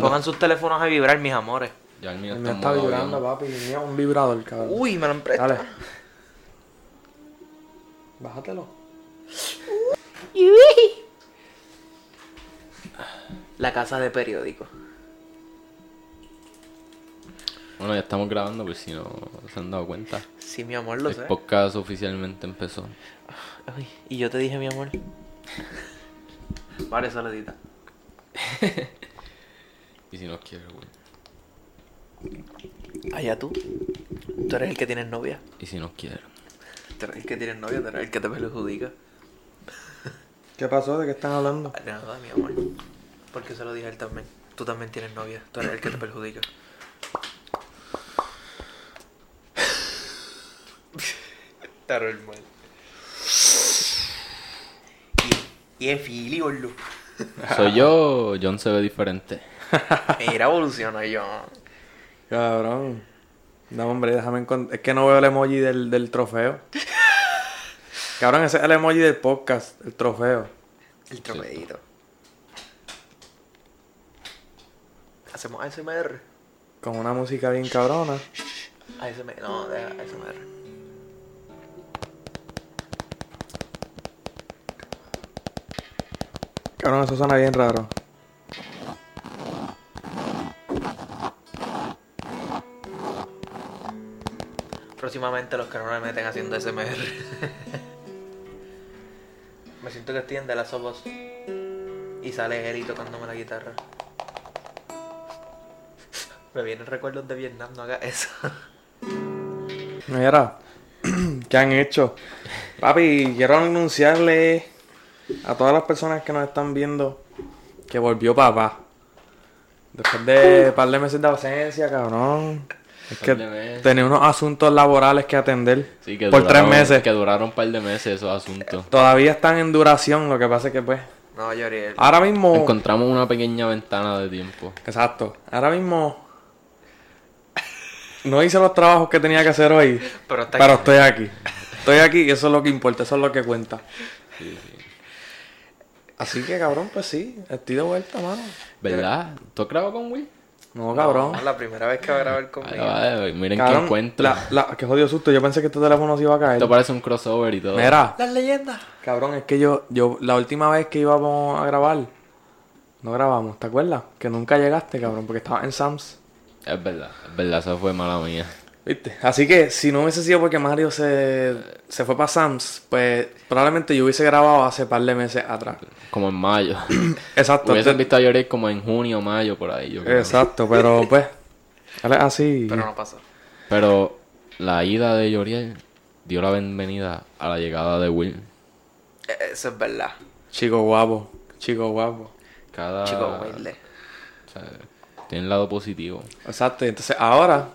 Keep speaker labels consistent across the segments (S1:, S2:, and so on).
S1: Pongan sus teléfonos a vibrar, mis amores.
S2: Ya el mío
S3: Me
S2: está, en
S3: está
S2: modo
S3: vibrando,
S2: avión.
S3: papi. Mira, un vibrador, cabrón.
S1: Uy, este- me lo han prestado.
S3: Dale. Bájatelo.
S1: La casa de periódico.
S2: Bueno, ya estamos grabando, pues si no se han dado cuenta.
S1: Sí, mi amor, lo
S2: el
S1: sé.
S2: podcast oficialmente empezó.
S1: Ay, y yo te dije, mi amor. Vale, saladita.
S2: Y si no quiero, güey.
S1: Allá tú. Tú eres el que tienes novia.
S2: Y si no quiero.
S1: Tú eres el que tienes novia, tú eres el que te perjudica.
S3: ¿Qué pasó? ¿De qué están hablando?
S1: De nada, mi amor. Porque se lo dije a él también. Tú también tienes novia. Tú eres el que te perjudica. Está re mal. Y, y es Philly, boludo.
S2: Soy yo, John se ve diferente.
S1: Mira, evoluciona yo.
S3: Cabrón. No, hombre, déjame encontrar. Es que no veo el emoji del, del trofeo. Cabrón, ese es el emoji del podcast, el trofeo.
S1: El tromedito. Hacemos ASMR.
S3: Con una música bien cabrona.
S1: ASMR. No, deja ASMR.
S3: Cabrón, eso suena bien raro.
S1: Próximamente los que no le meten haciendo SMR. Me siento que estoy en The Last of Us. Y sale Eli tocándome la guitarra. Me vienen recuerdos de Vietnam, no haga eso.
S3: Mira, ¿qué han hecho? Papi, quiero anunciarle a todas las personas que nos están viendo que volvió papá. Después de un par de meses de ausencia, cabrón. Es que
S2: Par de meses.
S3: tenía unos asuntos laborales que atender
S2: Sí, que
S3: por tres
S2: duraron-
S3: meses.
S2: Que duraron un par de meses esos asuntos.
S3: Todavía están en duración, lo que pasa es que pues...
S1: No, Yoriel.
S3: Ahora mismo...
S2: Encontramos una pequeña ventana de tiempo.
S3: Exacto. Ahora mismo... No hice los trabajos que tenía que hacer hoy,
S1: Pero está
S3: pero estoy aquí. Estoy aquí y eso es lo que importa, eso es lo que cuenta.
S2: Sí, sí.
S3: Así que cabrón, pues sí, estoy de vuelta, mano.
S2: ¿Verdad? ¿Tú has grabado con Will?
S3: No, cabrón.
S1: No, la primera vez que va a grabar
S2: Ay,
S1: conmigo.
S2: ay, miren qué
S3: cabrón
S2: encuentro.
S3: la- la- qué jodido susto, yo pensé que este teléfono se iba a
S2: Esto
S3: caer.
S2: parece un crossover y todo.
S3: Mira,
S1: Las leyendas.
S3: cabrón, es que yo, yo, la última vez que íbamos a grabar, no grabamos, ¿te acuerdas? Que nunca llegaste, cabrón, porque estabas en Sams.
S2: Es verdad, es verdad, esa fue mala mía.
S3: ¿Viste? Así que si no hubiese sido porque Mario se, se fue para Sams, pues probablemente yo hubiese grabado hace par de meses atrás.
S2: Como en mayo.
S3: Exacto.
S2: Hubiesen
S3: te-
S2: visto a Yorick como en junio o mayo por ahí. Yo creo.
S3: Exacto, pero pues, él es así.
S1: Pero no pasó.
S2: Pero la ida de Yoriel dio la bienvenida a la llegada de Will.
S1: E- Eso es verdad.
S3: Chico guapo, chico guapo.
S2: Cada.
S1: Chico, Wilde.
S2: o sea, tiene el lado positivo.
S3: Exacto, y entonces ahora.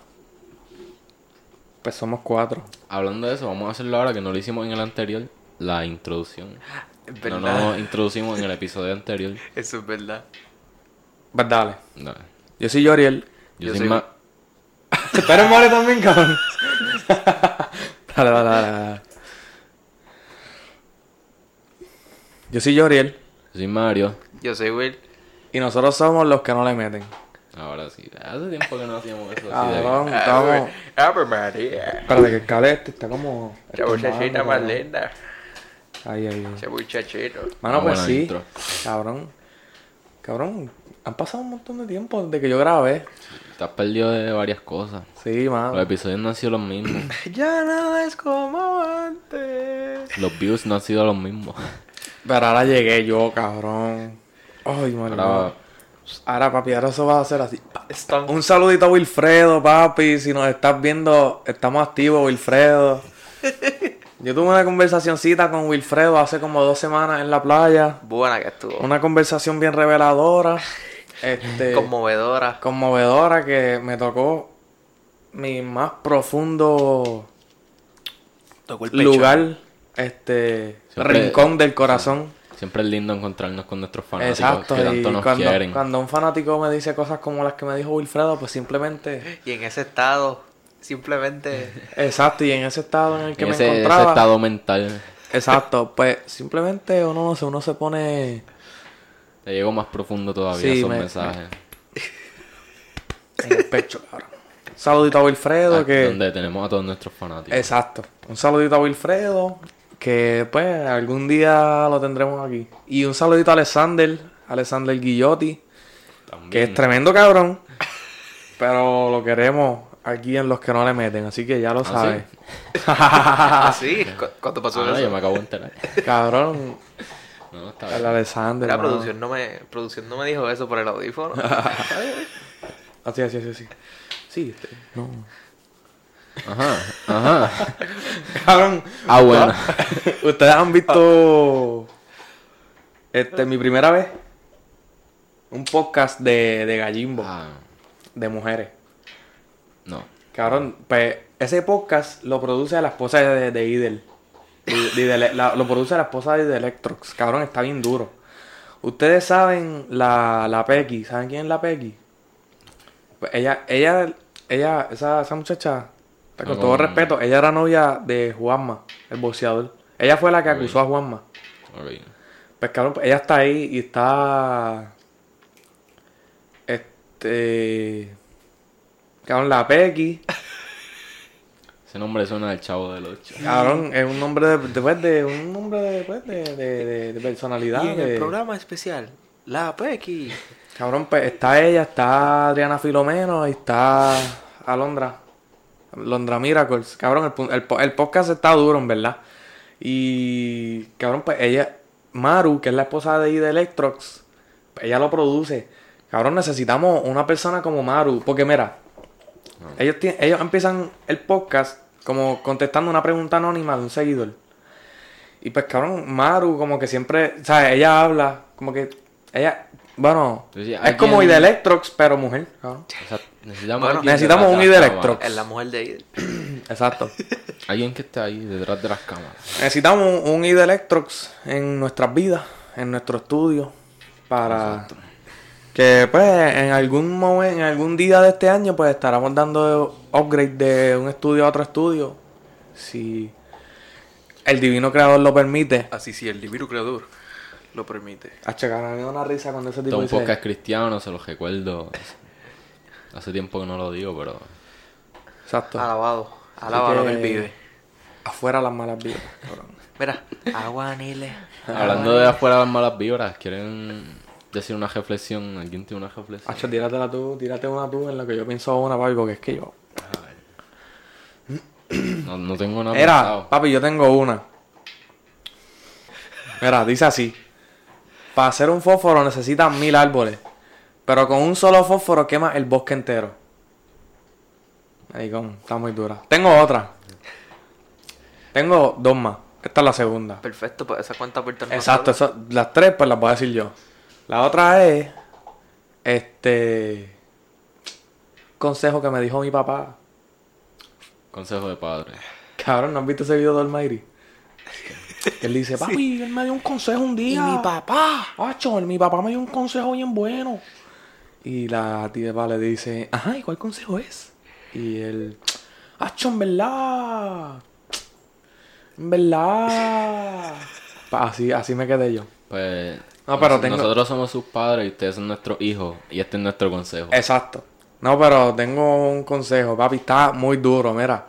S3: Pues somos cuatro.
S2: Hablando de eso, vamos a hacerlo ahora que no lo hicimos en el anterior. La introducción.
S1: Es
S2: No
S1: verdad.
S2: nos introducimos en el episodio anterior.
S1: Eso es verdad.
S3: Pues dale.
S2: Dale.
S3: Yo soy Yoriel.
S2: Yo,
S1: Yo
S2: soy
S1: soy-
S2: más.
S3: Pero es Mario también, cabrón. dale, dale, dale, dale. Yo soy Yoriel.
S2: Yo soy Mario.
S1: Yo soy Will.
S3: Y nosotros somos los que no le meten.
S2: Ahora sí. Hace tiempo que no hacíamos eso. así Pues de-
S3: Cabrón, estamos.
S1: Ah, pues, Everybody.
S3: Espérate, que el cable este está como. este
S1: Esa muchachita más
S3: cabrón.
S1: linda.
S3: Ay, ay, ay.
S1: Ese muchachito.
S3: Mano,
S2: Una
S3: pues
S2: buena
S3: sí.
S2: intro.
S3: Cabrón. Cabrón, han pasado un montón de tiempo desde que yo grabé.
S2: Te has perdido de varias cosas.
S3: Sí,
S2: Los
S3: mano.
S2: episodios no han sido los mismos.
S1: Ya nada es como antes.
S2: Los views no han sido los mismos.
S3: Pero ahora llegué yo, cabrón. Ay, Mario.
S2: Ahora,
S3: Ahora, papi, ahora eso va a ser así.
S1: Están
S3: Un saludito a Wilfredo, papi. Si nos estás viendo, estamos activos, Wilfredo. Yo tuve una conversacioncita con Wilfredo hace como dos semanas en la playa.
S1: buena que estuvo. Eh,
S3: Una conversación bien reveladora. Este,
S1: Conmovedora.
S3: conmovedora que me tocó mi más profundo
S1: Tocó el
S3: lugar, este
S2: Siempre-
S3: rincón del corazón.
S2: siempre es lindo encontrarnos con nuestros fanáticos
S3: Exacto.
S2: que
S3: Y
S2: tanto nos
S3: cuando,
S2: quieren.
S3: cuando un fanático me dice cosas como las que me dijo Wilfredo, pues simplemente
S1: Y en ese estado, simplemente.
S3: Exacto, y en ese estado en el que
S2: en
S3: me
S2: ese, ese
S3: encontraba.
S2: estado mental
S3: Exacto, pues simplemente uno no sé, uno se pone.
S2: le llegó más profundo todavía
S3: Sí,
S2: esos
S3: me-
S2: mensajes.
S3: en el pecho, cabrón. Un saludito a Wilfredo,
S2: Ah,
S3: que...
S2: Donde tenemos a todos nuestros fanáticos.
S3: Exacto. Un saludito a Wilfredo, que pues algún día lo tendremos aquí. Y un saludito a Alexander, Alexander Guillotti,
S2: También.
S3: que es tremendo cabrón, pero lo queremos aquí en los que no le meten, así que ya lo
S2: sí?
S3: sabes.
S1: Ah, sí. ¿Cu- ¿Cuánto pasó
S2: Ah,
S1: eso?
S2: yo me acabo de enterar.
S3: Cabrón,
S2: No, está
S3: el
S2: bien.
S3: Alexander.
S1: La
S3: mano.
S1: producción no, me, producción no me dijo eso por el audífono.
S3: Así, así, así, así. Sí, este, no.
S2: Ajá, ajá.
S3: Cabrón.
S2: Ah, bueno.
S3: Ustedes han visto este mi primera vez un podcast de, de gallimbo
S2: Ah,
S3: de mujeres.
S2: no.
S3: Cabrón, pues ese podcast lo produce la esposa de, de Idel. De- de- de- la- lo produce la esposa de, de Electrox. Cabrón, está bien duro. Ustedes saben la, la Pequi. ¿Saben quién es la Pequi? Pues ella, ella, ella, esa, esa muchacha, con
S2: Ah,
S3: todo
S2: con-
S3: respeto, ella era novia de Juanma, el boxeador. Ella fue la que
S2: Ok.
S3: acusó a Juanma.
S2: Ok.
S3: Pues cabrón, pues, ella está ahí y está. Este. Cabrón, la Pequi.
S2: Ese nombre suena al chavo del 8.
S3: Cabrón, es un nombre de, de, pues, de- un nombre de, pues, de, de- de- de personalidad.
S1: Y en
S3: de-
S1: el programa especial, la Pequi.
S3: Cabrón, pues está ella, está Adriana Filomeno y está Alondra. Alondra Miracles. Cabrón, el, pu- el, po- el podcast está duro, en verdad. Y cabrón, pues ella, Maru, que es la esposa de de Electrox, pues, ella lo produce. Cabrón, necesitamos una persona como Maru. Porque mira,
S2: Ah.
S3: ellos, tien- ellos empiezan el podcast como contestando una pregunta anónima de un seguidor. Y pues cabrón, Maru como que siempre, ¿sabes? Ella habla, como que ella, bueno,
S2: Entonces,
S3: es
S2: alguien-
S3: como Ida Electrox, pero mujer. cabrón.
S2: O sea, necesitamos,
S1: Bueno,
S2: alguien
S3: necesitamos
S2: detrás
S3: un
S2: de las
S3: Idelectro.
S2: cámaras.
S1: Es la mujer de Idel.
S3: Exacto.
S2: Alguien que esté ahí detrás de las cámaras.
S3: Necesitamos un, un Ida Electrox en nuestras vidas, en nuestro estudio, para que pues en algún momento, en algún día de este año, pues estaremos dando upgrade de un estudio a otro estudio, si el divino creador lo permite.
S1: Así sí, el divino creador lo permite.
S3: A checar, me da una risa cuando ese
S2: Este es
S3: tipo
S2: un
S3: dice,
S2: podcast cristiano, se los recuerdo. Hace tiempo que no lo digo, pero.
S3: Exacto.
S1: Alabado. Alaba lo que él
S3: que-
S1: vive.
S3: Afuera las malas vidas, cabrón.
S1: Mira, aguanile.
S3: Ah.
S2: Hablando de afuera las malas vibras, ¿quieren decir una reflexión? ¿Alguien tiene una reflexión?
S3: Hacho, tíratela tú, tírate una tú en la que yo pienso una para algo que es que yo.
S2: No, no tengo nada
S3: Era,
S2: pensado.
S3: papi, yo tengo una. Mira, dice así. Para hacer un fósforo necesitas mil árboles. Pero con un solo fósforo quema el bosque entero. Maricón, está muy dura. Tengo otra. Tengo dos más. Esta es la segunda.
S1: Perfecto, pues esa cuenta por tener
S3: Exacto, eso- las tres pues las voy a decir yo. La otra es este consejo que me dijo mi papá.
S2: Consejo de padre.
S3: Cabrón, ¿no has visto ese video de Almighty? Que Él dice, papi, él me dio un consejo un día. Y mi papá. Acho, mi papá me dio un consejo bien bueno. Y la tía papá le dice, ajá, ¿y cuál consejo es? Y él, acho, en verdad. En verdad. Pa- Así, así me quedé yo.
S2: Pues.
S3: No, pero
S2: nos-
S3: tengo-
S2: Nosotros somos sus padres y ustedes son nuestros hijos. Y este es nuestro consejo.
S3: Exacto. No, pero tengo un consejo, papi, está muy duro, mira.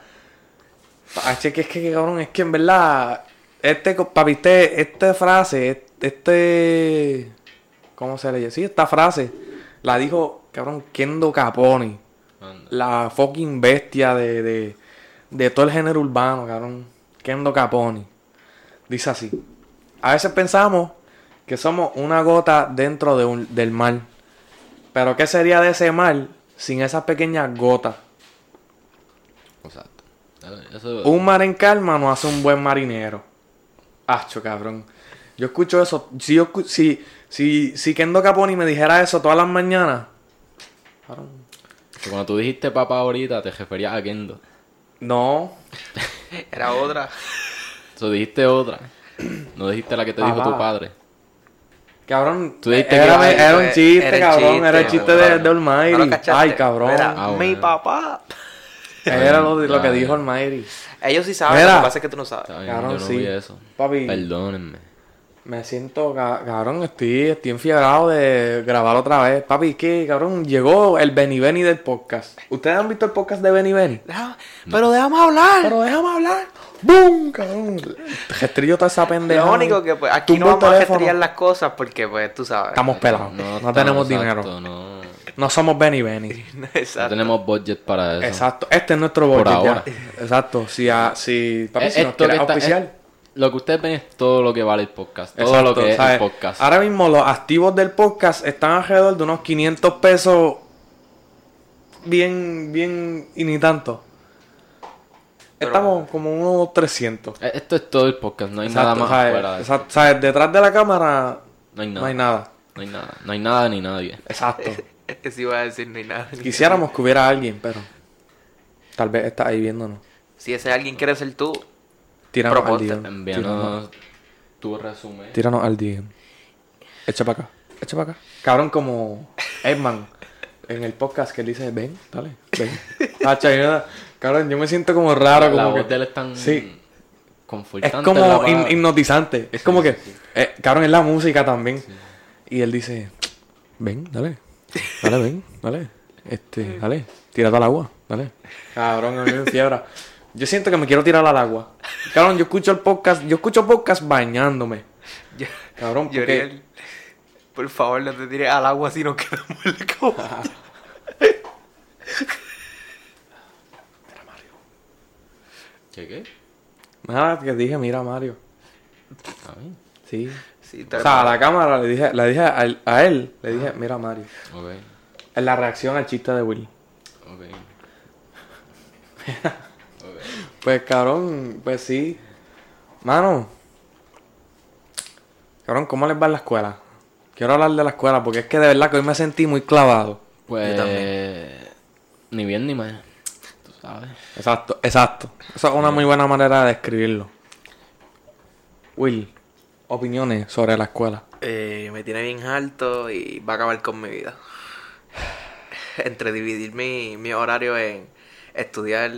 S3: Ah, che, que es que, que, cabrón, es que en verdad, este, co- papi, este, esta frase, este, ¿cómo se le dice? Sí, esta frase la dijo, cabrón, Kendo Caponi,
S2: Anda.
S3: la fucking bestia de, de, de todo el género urbano, cabrón, Kendo Caponi. Dice así, a veces pensamos que somos una gota dentro de un- del mar, pero ¿qué sería de ese mar sin esas pequeñas gotas?
S2: Exacto. Eso-
S3: Un mar en calma no hace un buen marinero. Hacho, cabrón. Yo escucho eso. Si yo escu- si, si, si Kendo Caponi me dijera eso todas las mañanas. cabrón,
S2: que Cuando tú dijiste papá ahorita, te referías a Kendo.
S3: No.
S1: Era otra.
S2: Eso dijiste otra. No dijiste la que te dijo
S3: Papá.
S2: tu padre.
S3: Cabrón.
S2: Tú dijiste
S3: era,
S2: que-
S3: era un chiste,
S1: eh, Era el
S3: cabrón.
S1: chiste,
S3: era el chiste
S2: cabrón.
S3: de, de Almighty.
S1: ¿No lo cachaste?
S3: Ay, cabrón.
S1: Mira,
S2: Ah,
S1: mi
S2: bueno.
S1: papá.
S3: Era lo, de- lo que
S2: Ah,
S3: dijo
S2: ya.
S3: Almighty.
S1: Ellos sí saben,
S3: Mira.
S1: lo que pasa es que tú no sabes.
S2: Está bien,
S3: Cabrón,
S2: yo no
S3: sí.
S2: vi eso.
S3: Papi.
S2: Perdónenme.
S3: Me siento, ca- cabrón, estoy, estoy enfiebrado de grabar otra vez. Papi, ¿qué, cabrón? Llegó el Benny Benny del podcast. ¿Ustedes han visto el podcast de Benny Benny?
S1: Pero dejamos hablar.
S3: Pero déjame hablar. ¡Bum! Cabrón. Restrillo toda esa pendeja.
S1: Lo único que pues, aquí
S3: Tumba
S1: no
S3: el
S1: vamos a
S3: teléfono.
S1: restrear las cosas porque, pues, tú sabes.
S3: Estamos pelados. No, tenemos dinero.
S2: dinero. No, no
S3: No somos Benny Benny.
S1: Exacto.
S2: tenemos budget para eso.
S3: Exacto. Este es nuestro
S2: Por
S3: budget ya.
S2: ahora.
S3: Exacto. Si, a- si, papi,
S2: Es-
S3: si nos
S2: esto que
S3: quieres
S2: está-
S3: auspiciar.
S2: es- lo que ustedes ven es todo lo que vale el podcast. Todo
S3: Exacto,
S2: lo que es
S3: ¿sabes?
S2: el podcast.
S3: Ahora mismo los activos del podcast están alrededor de unos 500 pesos. Bien, bien y ni tanto.
S1: Pero-
S3: Estamos como unos 300.
S2: Eh, Esto es todo el podcast, no hay
S3: Exacto,
S2: nada más
S3: ¿sabes?
S2: afuera de esto.
S3: Exacto, ¿sabes? Detrás de la cámara
S2: No hay nada.
S3: no hay nada.
S2: No hay nada. No hay nada ni nadie.
S3: Exacto.
S1: Eso iba a decir ni nada.
S3: Quisiéramos que hubiera alguien, pero tal vez está ahí viéndonos.
S1: Si ese alguien quiere ser tú,
S3: Tíranos al
S1: Proponte,
S3: DM. Tíranos,
S2: Envíanos tu resumen.
S3: tíranos al DM. Echa para acá. Echa para acá. Cabrón, como Edman en el podcast que él dice: Ven, dale, ven. Ah, chaval, cabrón, yo me siento como raro.
S2: la
S3: Como
S2: voz
S3: que-
S2: de él es tan
S3: Sí. es
S2: confortante. la
S3: como
S2: palabra.
S3: hin- hipnotizante. Es como que, eh, cabrón, es la música también. Y él dice: Ven, dale, dale, ven, dale. Este, dale, tírate al agua, dale. Cabrón, a mí me fiebra. Yo siento que me quiero tirar al agua. Cabrón, yo escucho el podcast, yo escucho podcast bañándome.
S1: yo-
S3: Cabrón, porque-
S1: Yoriel, por favor, no te tires al agua si no quedamos en la cama.
S2: ¿Qué qué?
S3: Nada, Ah, que dije, mira, Mario.
S2: A mí.
S3: Sí.
S1: Sí,
S3: O sea, a la cámara le dije, le dije a, él, a él, le dije, mira, Mario.
S2: Ok.
S3: Es la reacción al chiste de Will.
S2: Ok. Ok.
S3: Pues cabrón, pues sí. Mano. Cabrón, ¿cómo les va en la escuela? Quiero hablar de la escuela porque es que de verdad que hoy me sentí muy clavado.
S2: Pues. Ni bien ni mal. Tú sabes.
S3: Exacto, exacto. Esa es una muy buena manera de describirlo. Will, opiniones sobre la escuela.
S1: Eh, me tiene bien alto y va a acabar con mi vida. Entre dividir mi, mi horario en estudiar,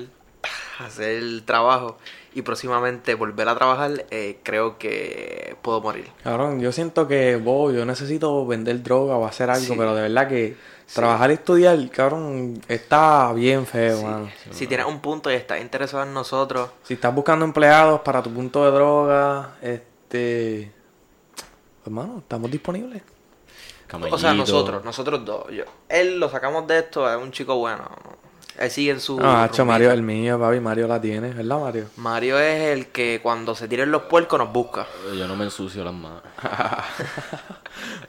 S1: hacer el trabajo y próximamente volver a trabajar, eh, creo que puedo morir.
S3: Cabrón, yo siento que wow, yo necesito vender droga o hacer algo,
S1: Sí.
S3: pero de verdad que trabajar y estudiar, cabrón, está bien feo,
S1: Sí.
S3: mano.
S1: Si tienes un punto y estás interesado en nosotros,
S3: Si estás buscando empleados para tu punto de droga, este. Hermano, estamos disponibles.
S2: Camellito.
S1: o sea, nosotros, nosotros dos. Yo, él lo sacamos de esto, es un chico bueno. Él sigue en su...
S3: ah, hacho,
S1: rumbita.
S3: Mario, el mío, papi, Mario la tiene, ¿verdad, Mario?
S1: Mario es el que cuando se tiren los puercos nos busca.
S2: Yo no me ensucio las manos.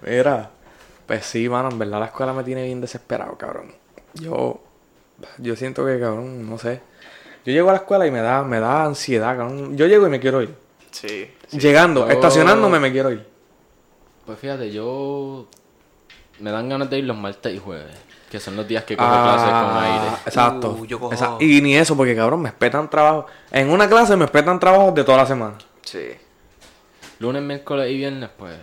S3: Mira, pues sí, mano, en verdad la escuela me tiene bien desesperado, cabrón. Yo. Yo siento que, cabrón, no sé. Yo llego a la escuela y me da, me da ansiedad, cabrón. Yo llego y me quiero ir.
S1: Sí.
S3: Llegando,
S2: Yo-
S3: estacionándome me quiero ir.
S2: Pues fíjate, yo. Me dan ganas de ir los martes y jueves. Que son los días que cojo
S3: Ah,
S2: clases con aire.
S3: Exacto.
S1: Uh, yo cojo-
S3: Esa- Y ni eso, porque cabrón, me espetan trabajo. En una clase me espetan trabajo de toda la semana.
S1: Sí.
S2: Lunes, miércoles y viernes, pues.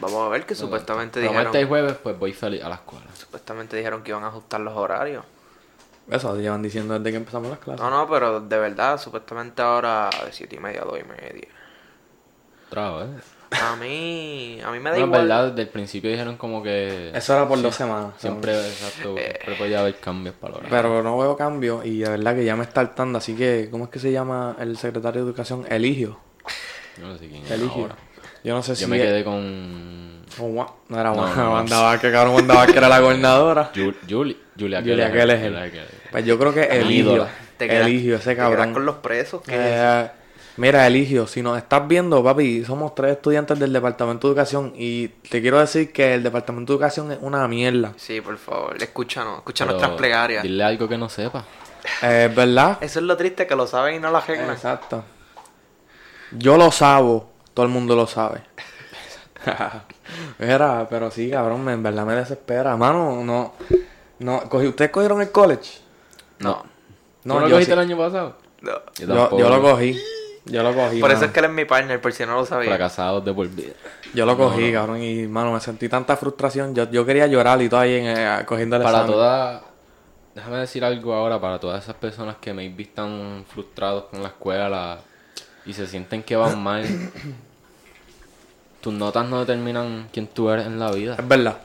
S1: Vamos a ver que supuestamente
S2: Pero
S1: dijeron...
S2: martes y jueves, pues voy feliz a la escuela.
S1: Supuestamente dijeron que iban a ajustar los horarios.
S3: Eso te llevan diciendo desde que empezamos las clases.
S2: Ah,
S1: No, no, pero de verdad, supuestamente ahora de siete y media, dos y media.
S2: Traba, ¿eh?
S1: A mí, a mí me da
S2: No, en
S1: igual.
S2: verdad, desde el principio dijeron como que.
S3: Eso era por dos semanas.
S2: Siempre,
S1: Eh.
S2: exacto, siempre podía haber cambios para
S3: cabrón.
S2: ahora.
S3: Pero no veo cambio y de verdad que ya me está hartando. Así que, ¿cómo es que se llama el secretario de educación? Eligio.
S2: Yo no sé quién es
S3: Eligio.
S2: ahora.
S3: Yo no sé
S2: Yo
S3: si.
S2: me quedé con.
S3: con Juan- No era
S2: No,
S3: Juan,
S2: no,
S3: Wanda Vázquez, cabrón. Wanda Vázquez era la gobernadora.
S2: Jul- Juli- Julia
S3: Julia
S2: Keller.
S3: Keller.
S2: Julia Keller.
S3: Pues yo creo que Eligio.
S2: ídola.
S1: Te quedas-
S3: Eligio,
S1: te
S3: ese
S1: quedas
S3: cabrón.
S1: con los presos. que-
S3: Eh, mira, Eligio, si nos estás viendo, papi, somos tres estudiantes del Departamento de Educación y te quiero decir que el Departamento de Educación es una mierda.
S1: Sí, por favor, escúchanos, escucha
S2: Pero
S1: nuestras plegarias.
S2: Dile algo que no sepa.
S3: Eh, ¿Verdad?
S1: Eso es lo triste, que lo saben y no lo arreglan.
S3: Exacto. Yo lo sabo, todo el mundo lo sabe. Mira, pero sí, cabrón, me- en verdad me desespera. Mano, no. no cogí- ¿Ustedes cogieron el college?
S2: No.
S3: No,
S2: ¿Tú no
S3: yo
S2: lo cogiste
S3: sí.
S2: el año pasado?
S1: No.
S3: Yo, yo lo cogí. Yo lo cogí.
S1: Por eso
S3: mano.
S1: es que él es mi partner, por si no lo sabía.
S2: Fracasados de por vida.
S3: Yo lo cogí, cabrón, y mano, me sentí tanta frustración. Yo, yo quería llorar y todo ahí en, eh, cogiendo el
S2: Para
S3: examen.
S2: todas. Déjame decir algo ahora para todas esas personas que maybe están frustrados con la escuela la- y se sienten que van mal. Tus notas no determinan quién tú eres en la vida.
S3: Es verdad.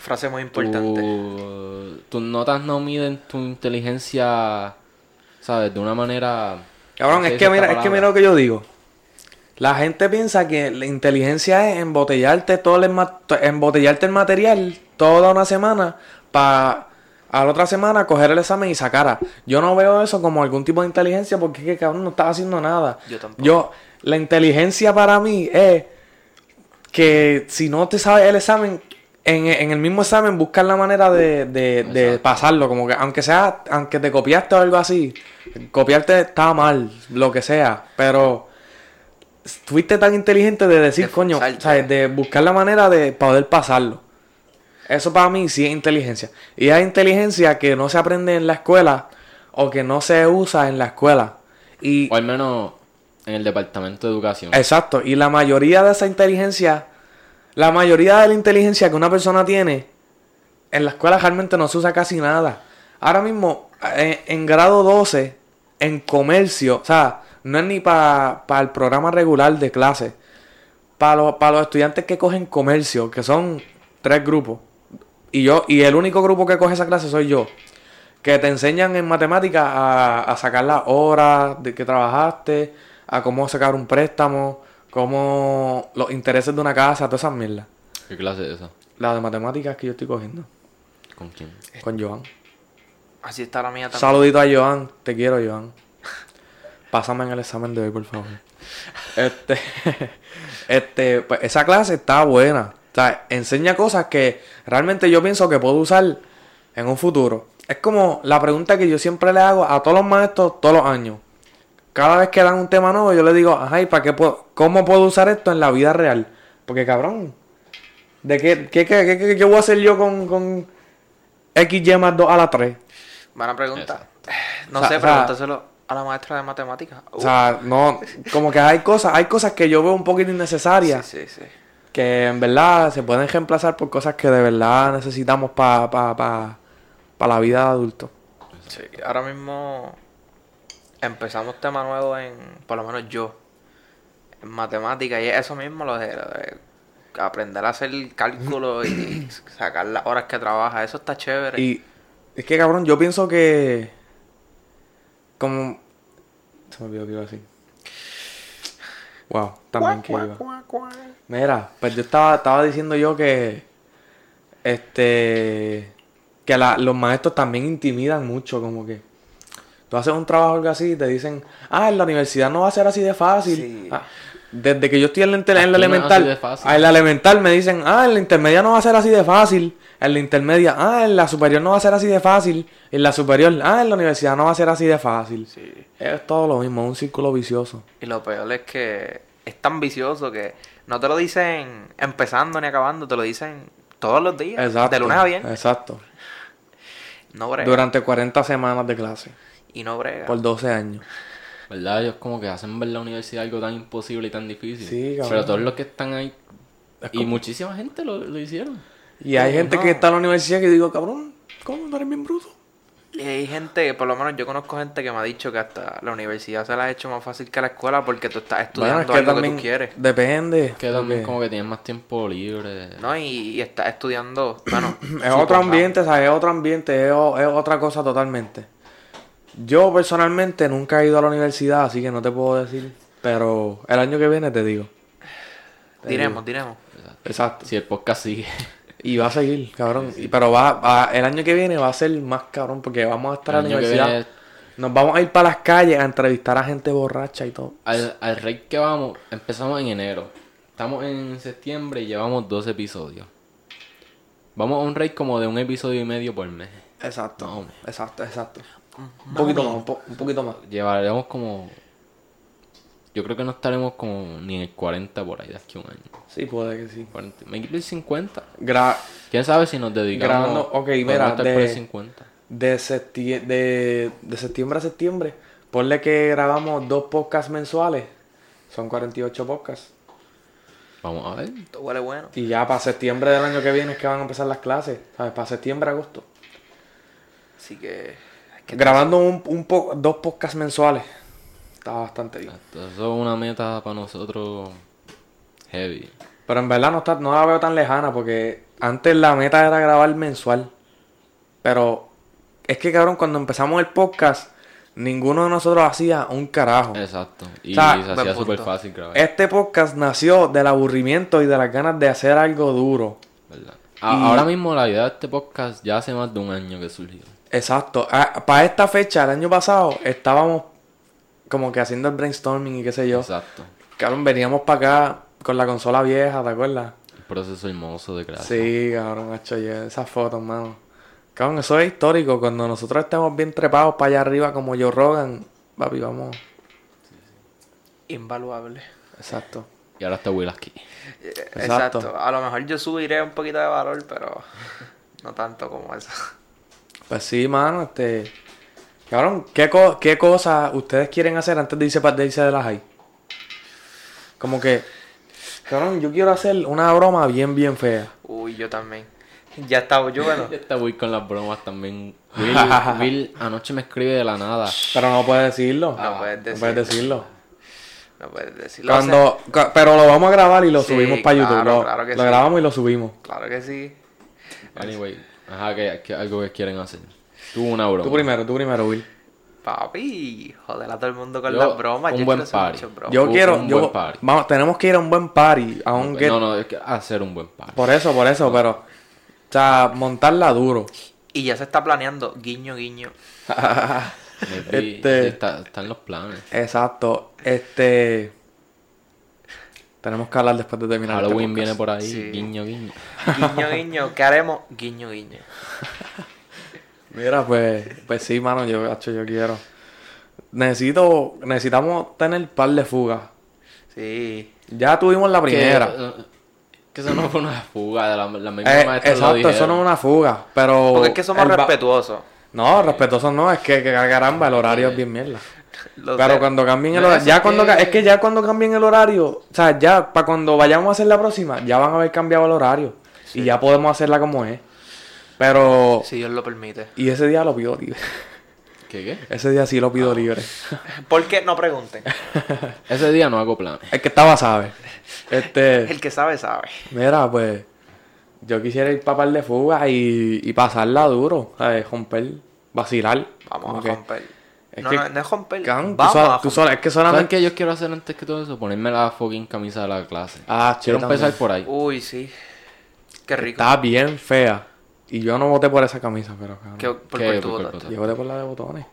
S1: Frase muy
S2: Tu-
S1: importante.
S2: tus notas no miden tu inteligencia, ¿sabes? De una manera...
S3: Cabrón,
S2: ¿cómo se
S3: es
S2: dice
S3: que
S2: esta
S3: mira, es que
S2: palabra?
S3: mira lo que yo digo. La gente piensa que la inteligencia es embotellarte todo el ma- to- embotellarte el material toda una semana para a la otra semana coger el examen y sacar. Yo no veo eso como algún tipo de inteligencia porque es que cabrón no estás haciendo nada.
S1: Yo tampoco.
S3: Yo la inteligencia para mí es que si no te sabes el examen en, en el mismo examen buscar la manera de, de- de
S2: Exacto.
S3: pasarlo, como que aunque sea, aunque te copiaste o algo así, copiarte está mal, lo que sea, pero fuiste tan inteligente de decir,
S1: De
S3: coño,
S1: forzarte.
S3: ¿sabes? de buscar la manera de poder pasarlo. Eso para mí sí es inteligencia. Y es inteligencia que no se aprende en la escuela o que no se usa en la escuela. Y
S2: O al menos en el departamento de educación.
S3: Exacto, y la mayoría de esa inteligencia, la mayoría de la inteligencia que una persona tiene, en la escuela realmente no se usa casi nada. Ahora mismo, eh, en, grado 12, en comercio, o sea, no es ni para el programa regular de clase, para los estudiantes que cogen comercio, que son tres grupos, y yo, y el único grupo que coge esa clase soy yo. Que te enseñan en matemáticas a, a sacar las horas de que trabajaste, a cómo sacar un préstamo, cómo los intereses de una casa, todas esas mierdas.
S2: ¿Qué clase es esa?
S3: La de matemáticas que yo estoy cogiendo
S2: ¿Con quién?
S3: con Joan.
S1: Así está la mía también.
S3: Saludito a Joan, te quiero Joan. Pásame en el examen de hoy, por favor. Este, este, pues esa clase está buena. O sea, enseña cosas que realmente yo pienso que puedo usar en un futuro. Es como la pregunta que yo siempre le hago a todos los maestros todos los años. Cada vez que dan un tema nuevo, yo le digo, ajá, ¿y para qué puedo, cómo puedo usar esto en la vida real? Porque cabrón, ¿de qué, qué, qué, qué- qué- qué voy a hacer yo con, con XY más 2 a la 3?
S1: Buena pregunta. No
S3: O sea,
S1: sé,
S3: o sea-
S1: pregúntaselo a la maestra de matemáticas.
S3: O sea, no, como que hay cosas, hay cosas que yo veo un poquito innecesarias,
S1: sí, sí, sí.
S3: que en verdad se pueden reemplazar por cosas que de verdad necesitamos para pa, pa, pa la vida de adulto.
S1: Sí, ahora mismo empezamos tema nuevo en, por lo menos yo, en matemática, y es eso mismo, lo de, lo de aprender a hacer cálculo y sacar las horas que trabaja, eso está chévere.
S3: Y es que cabrón, yo pienso que como se me olvidó que iba así. Wow, también que iba. Mira, pues yo estaba, estaba diciendo yo que este que la- los maestros también intimidan mucho, como que tú haces un trabajo o algo así y te dicen, ah, en la universidad no va a ser así de fácil.
S1: Sí.
S3: Ah, desde que yo estoy en la, inter- en la
S2: Aquí no es
S3: elemental,
S2: así de fácil.
S3: ah, en la elemental me dicen, ah, en la intermedia no va a ser así de fácil, en la intermedia, ah, en la superior no va a ser así de fácil, en la superior, ah, en la universidad no va a ser así de fácil.
S1: Sí.
S3: Es todo lo mismo, es un círculo vicioso.
S1: Y lo peor es que es tan vicioso que no te lo dicen empezando ni acabando, te lo dicen todos los días,
S3: Exacto.
S1: de lunes a viernes.
S3: Exacto.
S1: No brega.
S3: Durante 40 semanas de clase.
S1: Y no brega.
S3: Por 12 años.
S2: ¿Verdad? Ellos como que hacen ver la universidad algo tan imposible y tan difícil.
S3: Sí, cabrón.
S2: Pero todos los que están ahí...
S3: Es
S2: Y muchísima gente lo, lo hicieron.
S3: Y hay gente
S1: no.
S3: que está en la universidad que digo, cabrón, ¿cómo no eres bien bruto?
S1: Y hay gente, que, por lo menos yo conozco gente que me ha dicho que hasta la universidad se la ha hecho más fácil que la escuela porque tú estás estudiando algo que tú quieres.
S3: depende.
S2: Que también
S3: porque
S2: como que tienen más tiempo libre.
S1: ¿No? Y, y estás estudiando, bueno.
S3: Es otro
S1: supongamos.
S3: ambiente, ¿sabes? Es otro ambiente, es, o- es otra cosa totalmente. Yo personalmente nunca he ido a la universidad, así que no te puedo decir. Pero el año que viene te digo. Te
S1: Diremos, diremos.
S3: Exacto.
S2: Si el podcast sigue.
S3: Y va a seguir, cabrón. Y- Pero va, va- el año que viene va a ser más cabrón porque vamos a estar en
S2: El
S3: la
S2: año que
S3: universidad.
S2: viene-
S3: Nos vamos a ir para las calles a entrevistar a gente borracha y todo.
S2: Al, al rey que vamos, empezamos en enero. Estamos en septiembre y llevamos dos episodios. Vamos a un rey como de un episodio y medio por mes.
S3: Exacto.
S2: No, hombre.
S3: exacto, exacto. Un poquito más, un, po- un poquito más.
S2: Llevaremos como. Yo creo que no estaremos como ni en el 40 por ahí de aquí a un año.
S3: Sí, puede que sí.
S2: 40, me quito el 50.
S3: Gra-
S2: Quién sabe si nos dedicamos.
S3: Grabando, ok,
S2: podemos
S3: mira,
S2: estar
S3: de-
S2: por el 50.
S3: de, septie- de, de septiembre a septiembre, ponle que grabamos dos podcasts mensuales. Son 48 podcasts.
S2: Vamos a ver.
S1: Esto huele bueno.
S3: Y ya para septiembre del año que viene es que van a empezar las clases. ¿Sabes? Para septiembre, agosto.
S1: Así que. es que-
S3: Grabando un, un po- dos podcasts mensuales. Está bastante bien.
S2: Esto- Eso es una meta para nosotros Heavy.
S3: Pero en verdad no, está, no la veo tan lejana porque antes la meta era grabar mensual. Pero es que, cabrón, cuando empezamos el podcast, ninguno de nosotros hacía un carajo.
S2: Exacto. Y
S3: O sea,
S2: se
S1: buen
S2: hacía
S1: punto.
S2: súper fácil grabar.
S3: Este podcast nació del aburrimiento y de las ganas de hacer algo duro.
S2: ¿verdad? A- Ahora mismo la idea de este podcast ya hace más de un año que surgió.
S3: Exacto. para esta fecha, el año pasado, estábamos como que haciendo el brainstorming y qué sé yo.
S2: Exacto.
S3: Cabrón, veníamos para acá con la consola vieja, ¿te acuerdas?
S2: Un proceso hermoso de creación.
S3: Sí, cabrón, hecho yo esas fotos, mano. Cabrón, eso es histórico. Cuando nosotros estemos bien trepados para allá arriba como yo Rogan, papi, vamos.
S1: Invaluable. Eh,
S3: Exacto.
S2: Y ahora está Will aquí.
S1: Exacto.
S3: Exacto.
S1: A lo mejor yo subiré un poquito de valor, pero no tanto como eso.
S3: Pues sí, mano, este. Cabrón, ¿qué, co- qué cosas ustedes quieren hacer antes de irse para de irse de la high? Como que. Cabrón, yo quiero hacer una broma bien, bien fea.
S1: Uy, yo también. Ya estaba yo, bueno.
S2: Ya está Will con las bromas también. Will, Will anoche me escribe de la nada.
S3: Pero no puedes decirlo.
S1: No Ah, puedes decirlo.
S3: No puedes decirlo.
S1: No puedes decirlo. O sea,
S3: Cuando, ca- pero lo vamos a grabar y lo
S1: Sí,
S3: subimos para YouTube.
S1: claro,
S3: lo
S1: claro que
S3: lo
S1: sí.
S3: grabamos y lo subimos.
S1: claro que sí.
S2: Anyway, ajá, que, que algo que quieren hacer. Tú una broma.
S3: Tú primero, tú primero, Will.
S1: Papi, joder a todo el mundo con
S2: Yo,
S1: las bromas.
S2: un
S1: yo
S2: buen
S1: quiero hacer
S2: party.
S1: muchas bromas.
S3: Yo
S2: Un-
S3: quiero.
S2: un
S3: yo-
S2: buen party.
S3: Vamos, tenemos que ir a un buen party. A un get-
S2: No, no, es que hacer un buen par.
S3: Por eso, por eso, pero. O sea, montarla duro.
S1: Y ya se está planeando, guiño, guiño.
S2: Maybe-
S3: Este-
S2: sí, está- están los planes.
S3: Exacto. Este. Tenemos que hablar después de terminar. este
S2: Halloween
S3: podcast.
S2: viene por ahí,
S1: Sí.
S2: guiño, guiño.
S1: Guiño, guiño. ¿Qué haremos? Guiño, guiño.
S3: Mira, pues, pues sí, mano, yo, hacho, yo quiero. Necesito, necesitamos tener un par de fugas.
S1: Sí.
S3: Ya tuvimos la primera.
S2: Que, eh, que eso no fue una fuga, de la, la misma
S3: Eh,
S2: maestra lo
S3: exacto, eso
S2: dijeron.
S3: no es una fuga, pero...
S1: Porque es que somos
S3: el ba-
S1: respetuosos.
S3: No, respetuosos no, es que, que caramba, el horario es bien mierda.
S1: Lo
S3: Pero
S1: sé.
S3: cuando cambien el
S2: No,
S3: horario,
S2: eso
S3: ya
S2: es
S3: cuando,
S2: que-
S3: ca- es que ya cuando cambien el horario, o sea, ya para cuando vayamos a hacer la próxima, ya van a haber cambiado el horario y ya podemos hacerla como es. Pero
S1: Si Dios lo permite.
S3: y ese día lo pido libre.
S2: ¿Qué, qué?
S3: Ese día sí lo
S1: Ah.
S3: pido libre.
S1: ¿Por qué? No pregunten.
S2: Ese día no hago planes.
S3: El que estaba sabe. Este,
S1: El que sabe, sabe.
S3: mira, pues yo quisiera ir para par de fugas y, y pasarla duro, ¿sabes? Romper, vacilar.
S1: Vamos
S3: Como
S1: a
S3: que,
S1: romper.
S3: Es
S1: no,
S3: que-
S1: no, no es romper.
S3: cabrón, tú
S1: Vamos
S3: sola-
S1: a
S3: tú
S1: romper.
S3: sola- es que
S2: ¿Sabes
S3: solamente
S2: qué yo quiero hacer antes que todo eso? Ponerme la fucking camisa de la clase.
S3: Ah, sí,
S2: quiero empezar
S3: también.
S2: por ahí.
S1: Uy, sí. Qué rico.
S3: está bien fea y yo no voté por esa camisa, pero cabrón.
S1: ¿Qué- por
S2: ¿Qué?
S1: cuál tú
S2: ¿Por cuál
S1: votaste?
S2: votaste?
S3: Yo voté por la de botones.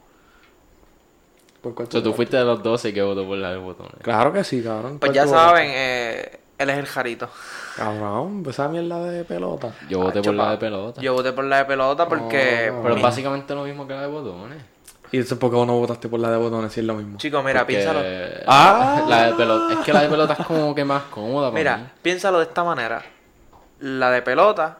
S3: ¿Por cuál
S2: O sea, tú fuiste de los 12 que votó por la de botones.
S3: Claro que sí, cabrón.
S1: Pues
S3: ¿Cuál
S1: ya
S3: tú votaste?
S1: saben, eh, él es el jarito.
S3: Cabrón, pues esa mierda de pelota.
S2: Yo voté
S1: Ah,
S2: por la
S1: chupa.
S2: de pelota. Oh.
S1: Yo voté por la de pelota porque...
S3: No.
S2: Pero
S1: mi-
S2: básicamente lo mismo que la de botones.
S3: Y eso es porque vos no votaste por la de botones, si es lo mismo.
S1: Chico, mira,
S2: Porque
S1: piénsalo.
S3: Ah.
S2: La de pelota. Es que la de pelota es como que más cómoda para mí.
S1: Mira, piénsalo de esta manera. La de pelota,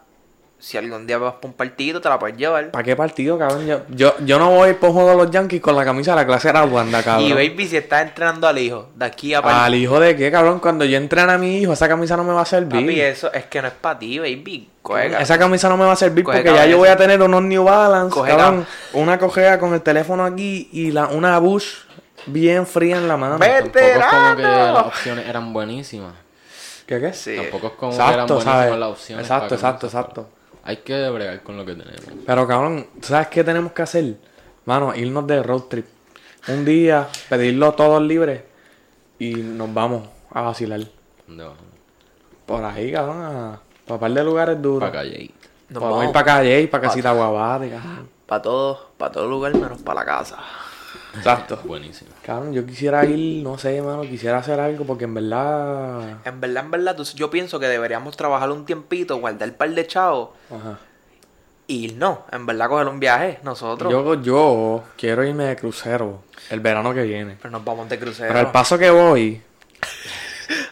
S1: si algún día vas para un partido, te la puedes llevar.
S3: ¿Para qué partido, cabrón? Yo, yo, yo no voy por juego de los Yankees con la camisa de la clase de la Wanda, cabrón.
S1: Y Baby si está entrenando al hijo, de aquí a par-
S3: ¿Al hijo de qué, cabrón? Cuando yo entrene a mi hijo, esa camisa no me va a servir.
S1: Papi, eso es que no es para ti, Baby. Juega.
S3: Esa camisa no me va a servir
S1: Coge
S3: porque ya
S1: cabeza.
S3: yo voy a tener unos New Balance,
S1: Coge
S3: cabrón. Una cojea con el teléfono aquí y la, una Bush bien fría en la mano.
S1: Ve-
S2: Tampoco es como que
S1: ¡Veterano!
S2: las opciones eran buenísimas.
S3: ¿Qué qué?
S1: Sí.
S2: Tampoco es como que eran
S3: Exacto,
S2: buenísimas
S3: ¿sabes?
S2: las opciones. para
S3: Exacto,
S2: que uno
S3: exacto,
S2: se fuera.
S3: exacto.
S2: Hay que bregar con lo que tenemos.
S3: Pero cabrón, ¿tú ¿sabes qué tenemos que hacer? Mano, irnos de road trip. Un día, pedirlo todos libres y nos vamos a vacilar.
S2: ¿Dónde vamos?
S3: Por ahí, cabrón, a, pa' par de lugares duros.
S2: Para calle.
S1: Nos
S3: Podemos ir
S1: vamos
S3: para calle y para casita guabate, cabrón.
S1: para todo, para todo lugar menos para la casa.
S3: Exacto.
S2: Buenísimo.
S3: Cabrón, yo quisiera ir, no sé, mano, quisiera hacer algo porque en verdad.
S1: En verdad, en verdad, tú- yo pienso que deberíamos trabajar un tiempito, guardar un par de chavos
S3: Ajá.
S1: y irnos. En verdad, coger un viaje nosotros.
S3: Yo, yo quiero irme de crucero el verano que viene.
S1: Pero nos vamos de crucero.
S3: Pero al paso que voy,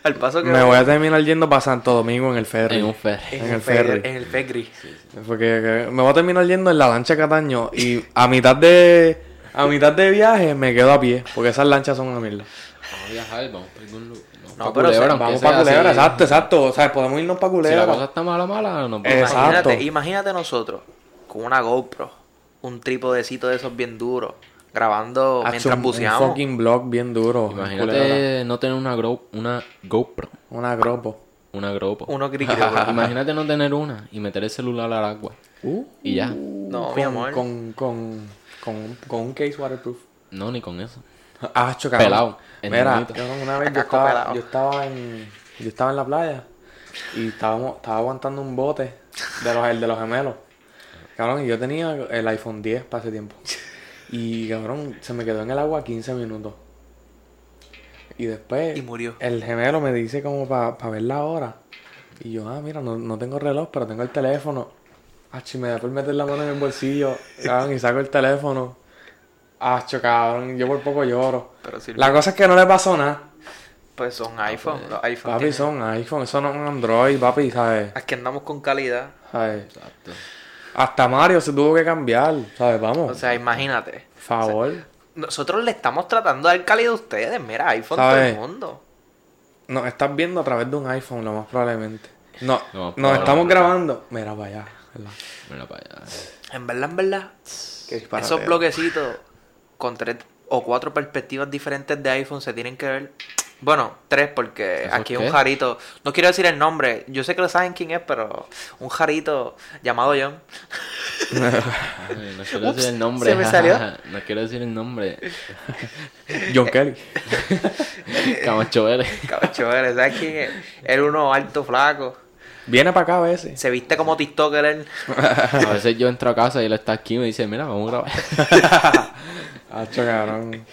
S1: Al paso que
S3: me voy a terminar yendo para Santo Domingo en el ferry.
S2: En un ferry.
S1: en,
S3: en
S1: el
S3: el ferry.
S1: En el ferry. eh.
S3: Porque que- me voy a terminar yendo en la lancha Cataño y a mitad de a mitad de viaje me quedo a pie, porque esas lanchas son una mierda.
S2: Vamos a viajar, vamos para algún lugar.
S1: No,
S2: pa'
S1: pero
S2: Culebra,
S1: se-
S2: aunque
S3: Vamos
S2: sea
S3: para Culebra,
S2: así.
S3: exacto, exacto. O sea, podemos irnos para
S2: Si
S3: Culebra.
S2: la cosa está mala, mala, nos vamos.
S3: Exacto.
S1: Imagínate, imagínate nosotros con una GoPro, un trípodecito de esos bien duros, grabando
S3: Ha hecho
S1: mientras
S3: un, un
S1: buceamos.
S3: fucking blog bien duro. culebra.
S2: Imagínate no tener una, gro- una GoPro.
S3: Una gropo.
S2: Una GoPro.
S1: Uno criquero.
S2: Imagínate no tener una y meter el celular al agua. Y ya.
S1: No,
S3: con,
S1: mi amor.
S3: Con, con, con, con un case waterproof.
S2: No, ni con eso.
S3: Ah, chocado.
S2: Pelado, en
S3: Mira,
S2: mamita.
S3: yo una vez yo
S1: Casco
S3: estaba,
S1: pelado.
S3: yo estaba en. Yo estaba en la playa y estábamos, estaba aguantando un bote de los, el de los gemelos. Cabrón, y yo tenía el iPhone 10 para ese tiempo. Y cabrón, se me quedó en el agua 15 minutos. Y después.
S1: Y murió.
S3: El gemelo me dice como para ver la hora. Y yo, ah, mira, no, no tengo reloj, pero tengo el teléfono. Achi, me da por meter la mano en el bolsillo. Cabrón, y saco el teléfono. Acho, cabrón, yo por poco lloro.
S1: Pero sirve.
S3: La cosa es que no le pasó nada.
S1: Pues son iPhone. Los iPhone.
S3: Papi,
S1: tienen-
S3: son iPhone, eso no es un Android, papi, ¿sabes?
S1: Aquí andamos con calidad.
S3: ¿Sabes?
S2: Exacto.
S3: Hasta Mario se tuvo que cambiar, ¿sabes? Vamos,
S1: O sea, imagínate.
S3: favor.
S1: Nosotros le estamos tratando de dar calidad a ustedes. Mira, iPhone
S3: ¿Sabes?
S1: todo el mundo.
S3: Nos estás viendo a través de un iPhone, lo más probablemente. No,
S2: Lo más
S3: nos
S2: probable.
S3: estamos grabando. Mira, para allá, ¿verdad?
S2: Mira para allá.
S1: En verdad, en verdad.
S3: Qué disparatero.
S2: eh.
S1: Esos bloquecitos con tres o cuatro perspectivas diferentes de iPhone se tienen que ver. Bueno, tres porque
S2: ¿Esos
S1: aquí un
S2: qué?
S1: jarito. No quiero decir el nombre. Yo sé que lo saben quién es, pero un jarito llamado John.
S2: Ay, no quiero
S1: Ups,
S2: decir el nombre.
S1: se me salió.
S2: no quiero decir el nombre.
S3: John Kelly.
S2: Camacho Vélez.
S1: Cacho, eres, ¿sabes quién es? Era uno alto, flaco.
S3: Viene para acá a veces.
S1: Se viste como TikToker él.
S2: A veces yo entro a casa y él está aquí y me dice, mira, vamos a grabar.
S3: Hacho, cabrón.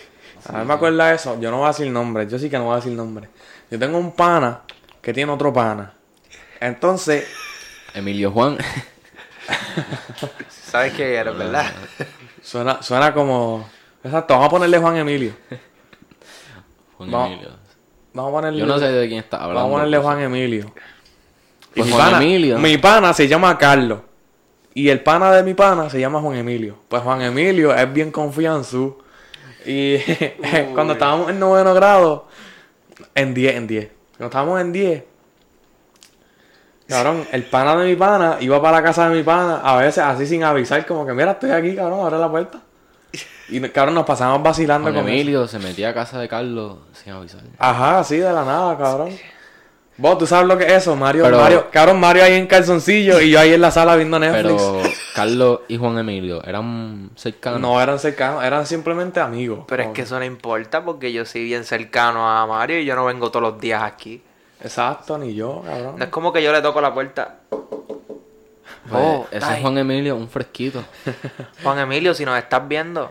S3: A ver, me acuerdo de eso. Yo no voy a decir nombres. Yo sí que no voy a decir nombres. Yo tengo un pana que tiene otro pana. Entonces,
S2: Emilio Juan.
S1: ¿Sabes quién eres, verdad?
S3: suena, suena como. Exacto, vamos a ponerle Juan Emilio.
S2: Juan
S3: No.
S2: Emilio.
S3: Vamos a ponerle.
S2: Yo no sé de quién está hablando.
S3: vamos a ponerle Juan Emilio.
S2: Pues Juan Emilio.
S3: Mi pana se llama Carlos. Y el pana de mi pana se llama Juan Emilio. Pues Juan Emilio es bien confianzú. Y eh, cuando estábamos en noveno grado, en 10, en 10. Cuando estábamos en 10, cabrón, el pana de mi pana iba para la casa de mi pana, a veces así sin avisar, como que mira, estoy aquí, cabrón, abre la puerta. Y cabrón, nos pasábamos vacilando
S2: Juan
S3: con eso.
S2: Emilio se metía a casa de Carlos sin avisar.
S3: Ajá, sí, de la nada, cabrón. Vos, tú sabes lo que es eso, Mario,
S2: Pero-
S3: Mario, cabrón, Mario ahí en calzoncillo y yo ahí en la sala viendo Netflix.
S2: Pero Carlos y Juan Emilio eran cercanos.
S3: No eran cercanos, eran simplemente amigos.
S1: Pero es que eso no importa porque yo soy bien cercano a Mario y yo no vengo todos los días aquí.
S3: Exacto, ni yo, cabrón.
S1: No es como que yo le toco la puerta.
S2: Pues,
S1: Oh,
S2: ese
S1: ay.
S2: Juan Emilio, un fresquito.
S1: Juan Emilio, si nos estás viendo,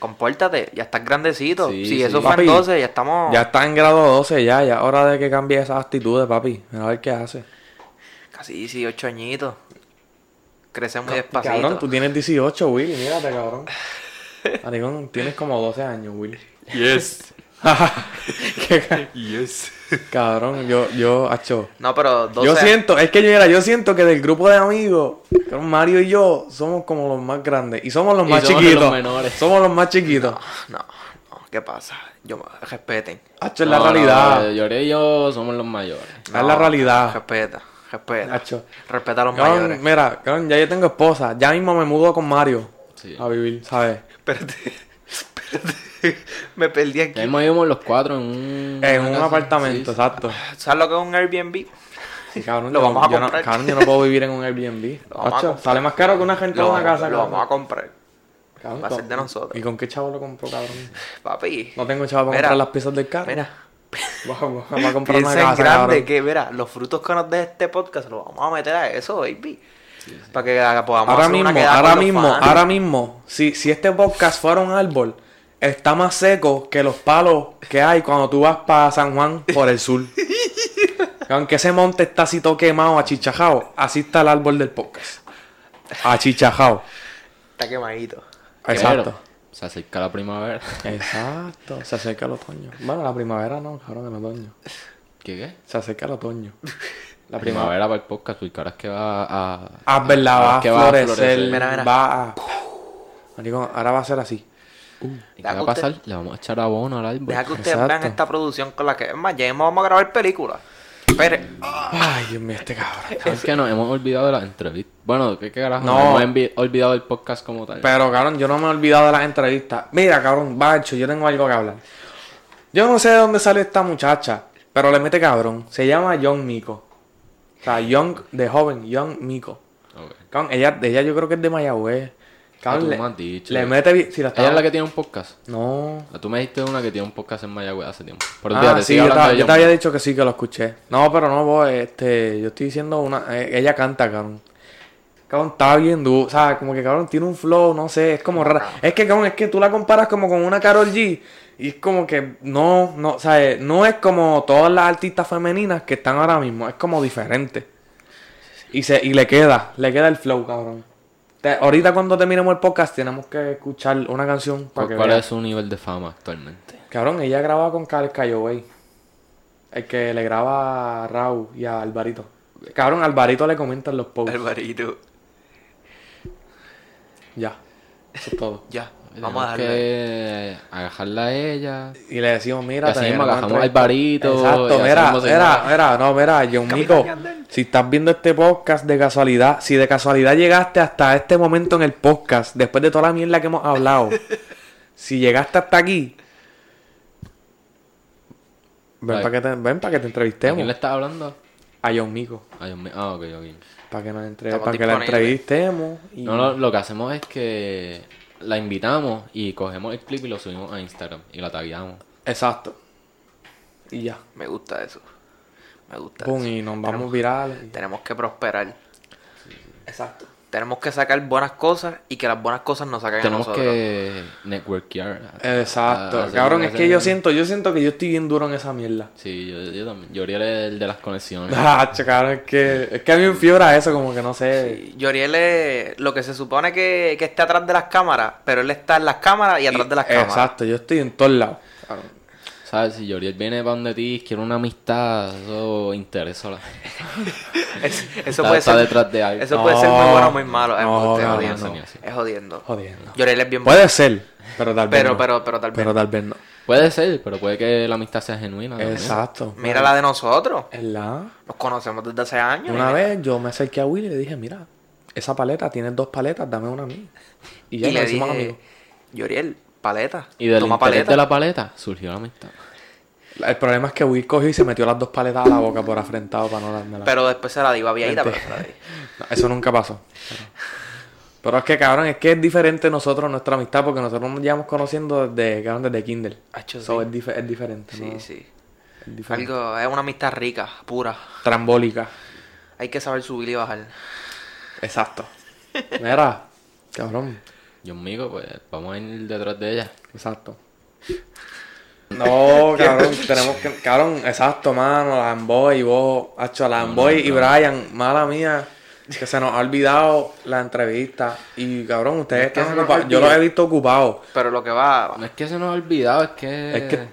S1: compórtate, ya estás grandecito.
S2: Sí,
S1: si
S2: sí.
S1: eso fue
S3: Papi,
S1: en 12, ya estamos.
S3: Ya está en grado 12 ya, ya es hora de que cambie esas actitudes, papi. Mira a ver qué hace.
S1: Casi 18 añitos. Crece muy despacito.
S3: Cabrón, tú tienes 18, Willy, mírate, cabrón. Arigón, tienes como 12 años, Willy.
S2: Yes.
S3: Qué ca- cabrón, yo, yo, acho.
S1: No, pero 12.
S3: Yo siento, es que yo mira, yo siento que del grupo de amigos, con Mario y yo somos como los más grandes y somos los
S2: Y
S3: más
S2: somos
S3: chiquitos.
S2: los menores.
S3: Somos los más chiquitos.
S1: No, no, ¿qué pasa? Yo respeten.
S3: Hacho, es la realidad.
S2: Lloré y yo somos los mayores.
S3: Es la
S1: No,
S3: realidad.
S1: Respeta, respeta.
S3: Nacho.
S1: Respeta a los
S3: Cabrón,
S1: mayores.
S3: mira, cabrón, ya yo tengo esposa. Ya mismo me mudo con Mario
S2: Sí.
S3: a vivir, ¿sabes?
S1: Espérate, espérate. Me perdí
S2: Ya
S1: aquí.
S2: mismo vivimos los cuatro en
S1: Mm,
S2: un...
S3: En un
S2: una casa. Sí,
S3: apartamento, exacto.
S1: ¿Sabes lo que es un Airbnb?
S3: Sí, cabrón,
S1: Lo
S3: yo-
S1: vamos a
S3: yo no-
S1: comprar.
S3: cabrón, yo no puedo vivir en un Airbnb.
S1: Lo vamos a
S3: Hacho,
S1: comprar.
S3: sale más caro que una gente en
S1: Lo,
S3: una casa.
S1: lo
S3: cabrón.
S1: vamos a comprar.
S3: Cabrón,
S1: va a ser de
S3: ¿cómo?
S1: nosotros.
S3: ¿Y con qué chavo lo compró, cabrón?
S1: Papi.
S3: No tengo chavo para
S1: Mira,
S3: comprar las piezas del carro.
S1: Mira.
S3: Vamos, vamos a comprar una
S1: Piensa
S3: casa,
S1: en grande
S3: cabrón.
S1: que, mira, los frutos que nos dé este podcast los vamos a meter a eso, baby. Para que haga- podamos
S3: Ahora
S1: hacer una
S3: mismo,
S1: quedada
S3: ahora
S1: con los
S3: mismo,
S1: fans.
S3: ahora mismo, si, si este podcast fuera un árbol, está más seco que los palos que hay cuando tú vas para San Juan por el sur. Aunque ese monte está así todo quemado, achichajado, así está el árbol del podcast. Achichajado.
S1: Está quemadito.
S2: pero
S3: Pues, Exacto.
S2: Se acerca la primavera.
S3: Exacto. Se acerca el otoño. Bueno, la primavera no, cabrón, el otoño.
S2: ¿Qué qué?
S3: Se acerca el otoño. La
S2: La
S3: primavera.
S2: primavera para el podcast, tu cara es que va a...
S3: Ah, es verdad, va a
S2: que va a
S3: florecer.
S2: florecer.
S1: Mira, mira.
S3: Va a... Maricón, ahora va a ser así.
S2: ¿Y qué
S1: Deja
S2: va a
S1: que usted-
S2: pasar? Le vamos a echar abono al árbol.
S1: Deja que ustedes
S3: Exacto.
S1: vean esta producción con la que. Es más, ya mismo vamos a grabar películas. Pérez.
S3: Ay, Dios mío, este cabrón.
S2: Es que nos hemos olvidado de las entrevistas. Bueno, ¿qué, qué carajo?
S3: No.
S2: Nos hemos envi- olvidado del podcast como tal.
S3: Pero, cabrón, yo no me he olvidado de las entrevistas. Mira, cabrón, Bacho, yo tengo algo que hablar. Yo no sé de dónde sale esta muchacha, pero le mete cabrón. Se llama Young Miko. O sea, Young, de joven, Young Miko.
S2: Ok.
S3: Cabrón, ella, ella yo creo que es de Mayagüez.
S2: Ah, tú
S3: Cabrón, le,
S2: me has dicho.
S3: le mete... bi- Si
S2: Ella
S3: la estaba-
S2: es la que tiene un podcast.
S3: No.
S2: Ah, Tú me dijiste una que tiene un podcast en Mayagüez hace tiempo. Pero
S3: Ah,
S2: olvídate,
S3: sí,
S2: sigue
S3: yo,
S2: hablando
S3: te,
S2: de
S3: yo te
S2: John.
S3: había dicho que sí, que lo escuché. No, pero no, vos, este, yo estoy diciendo una... eh, ella canta, cabrón. Cabrón, está bien duro. O sea, como que cabrón tiene un flow, no sé, es como rara. Es que, cabrón, es que tú la comparas como con una Carol G. Y es como que no, no, o sea, eh, no es como todas las artistas femeninas que están ahora mismo, es como diferente. Y, se, y le queda, le queda el flow, cabrón. Te- ahorita cuando terminemos el podcast tenemos que escuchar una canción para que
S2: ¿Cuál
S3: veas.
S2: es su nivel de fama actualmente?
S3: Cabrón, ella graba con Carl Cayo, güey. El que le graba a Raúl y a Alvarito. Cabrón, Alvarito le comentan los posts.
S1: Alvarito.
S3: Ya. Eso es todo.
S1: Ya, vamos a
S2: Tenemos
S1: darle.
S2: que agajarla a ella.
S3: Y le decimos, mira,
S2: Y así
S3: te
S2: mismo
S3: grabamos
S2: agajamos a Alvarito,
S3: entrevista.
S2: y
S3: Exacto,
S2: así
S3: mira, eh,
S2: mismo se
S3: mira,
S2: graba.
S3: mira, no, mira, John
S1: Capitán
S3: Mico,
S1: Yandel.
S3: si estás viendo este podcast de casualidad, si de casualidad llegaste hasta este momento en el podcast, después de toda la mierda que hemos hablado, si llegaste hasta aquí, ven
S2: Ay.
S3: para que te, ven pa' que te
S2: ¿A quién le
S3: entrevistemos
S2: estás hablando?
S3: a John Mico.
S2: Ay, Dios mío. Ah, ok, ok.
S3: Para que, nos entre-
S1: Estamos
S3: para que la
S1: disponibles.
S3: entrevistemos. Y...
S2: No, no, lo que hacemos es que la invitamos y cogemos el clip y lo subimos a Instagram y la tagueamos.
S3: Exacto. Y ya.
S1: Me gusta eso. Me gusta
S3: Pum,
S1: eso.
S3: y nos vamos virales. y-
S1: Tenemos que prosperar.
S3: Exacto.
S1: Tenemos que sacar buenas cosas y que las buenas cosas nos saquen
S2: Tenemos
S1: a nosotros.
S2: que networkear.
S3: Exacto.
S2: Ah, hacer-
S3: Cabrón, es que
S2: hacer-
S3: yo siento, yo siento que yo estoy bien duro en esa mierda.
S2: Sí, yo, yo también. Yo haría el de las conexiones.
S3: Ah, cabrón, es que, es que a mí me fiebra eso, como que no sé.
S1: Sí, Yoriel es eh, lo que se supone que, que está atrás de las cámaras, pero él está en las cámaras y atrás de las cámaras.
S3: Exacto, yo estoy en todos lados. Cabrón.
S2: ¿Sabes? Si Yoriel viene para donde ti, quiere una amistad, eso interesa.
S1: Es- eso
S2: Está-
S1: puede
S2: está
S1: ser,
S2: detrás de algo.
S1: Eso puede ser muy
S3: No,
S1: bueno o muy malo. Es,
S3: no,
S1: jodiendo,
S3: no, no,
S1: jodiendo,
S2: no.
S1: es jodiendo.
S3: Jodiendo.
S1: Yoriel es bien
S3: Puede ser, pero tal vez
S1: Pero,
S3: no.
S1: pero, pero tal vez
S3: Pero
S1: no.
S3: tal vez no.
S2: Puede ser, pero puede que la amistad sea genuina. también.
S3: Exacto.
S1: Mira la de nosotros.
S3: Es la...
S1: Nos conocemos desde hace años.
S3: Una
S1: y-
S3: vez yo me acerqué a Willy y le dije, mira, esa paleta tiene dos paletas, dame una a mí. Y
S1: Y,
S3: ya nos
S1: le
S3: hicimos
S1: dije,
S3: amigos.
S1: Yoriel, paleta.
S2: Y del
S1: Toma
S2: interés
S1: paleta.
S2: de la paleta surgió la amistad.
S3: El problema es que Will cogió y se metió las dos paletas a la boca por afrentado para no dármela.
S1: Pero después se la di babiadita,
S3: Vente.
S1: pero se la di.
S3: No, eso nunca pasó. Pero... pero es que, cabrón, es que es diferente nosotros, nuestra amistad, porque nosotros nos llevamos conociendo desde, cabrón, desde Kindle.
S1: Hacho,
S3: So,
S1: sí.
S3: es, dife- es diferente,
S1: Ah, Sí,
S3: ¿no?
S1: sí.
S3: Es diferente.
S1: Algo, es una amistad rica, pura.
S3: Trambólica.
S1: Hay que saber subir y bajar.
S3: Exacto. Mira, cabrón.
S2: Yo conmigo, pues vamos a ir detrás de ella.
S3: Exacto. No, cabrón, tenemos que. Cabrón, exacto, mano. La Amboy, vos, hacho, la Amboy y Brian, mala mía. Que se nos ha olvidado la entrevista. Y cabrón, ustedes
S1: que se
S3: están
S1: nos
S3: ocupados. Yo
S1: olvida.
S3: los he visto ocupados.
S1: Pero lo que va.
S2: No es que se nos ha olvidado, es que...
S3: Es que-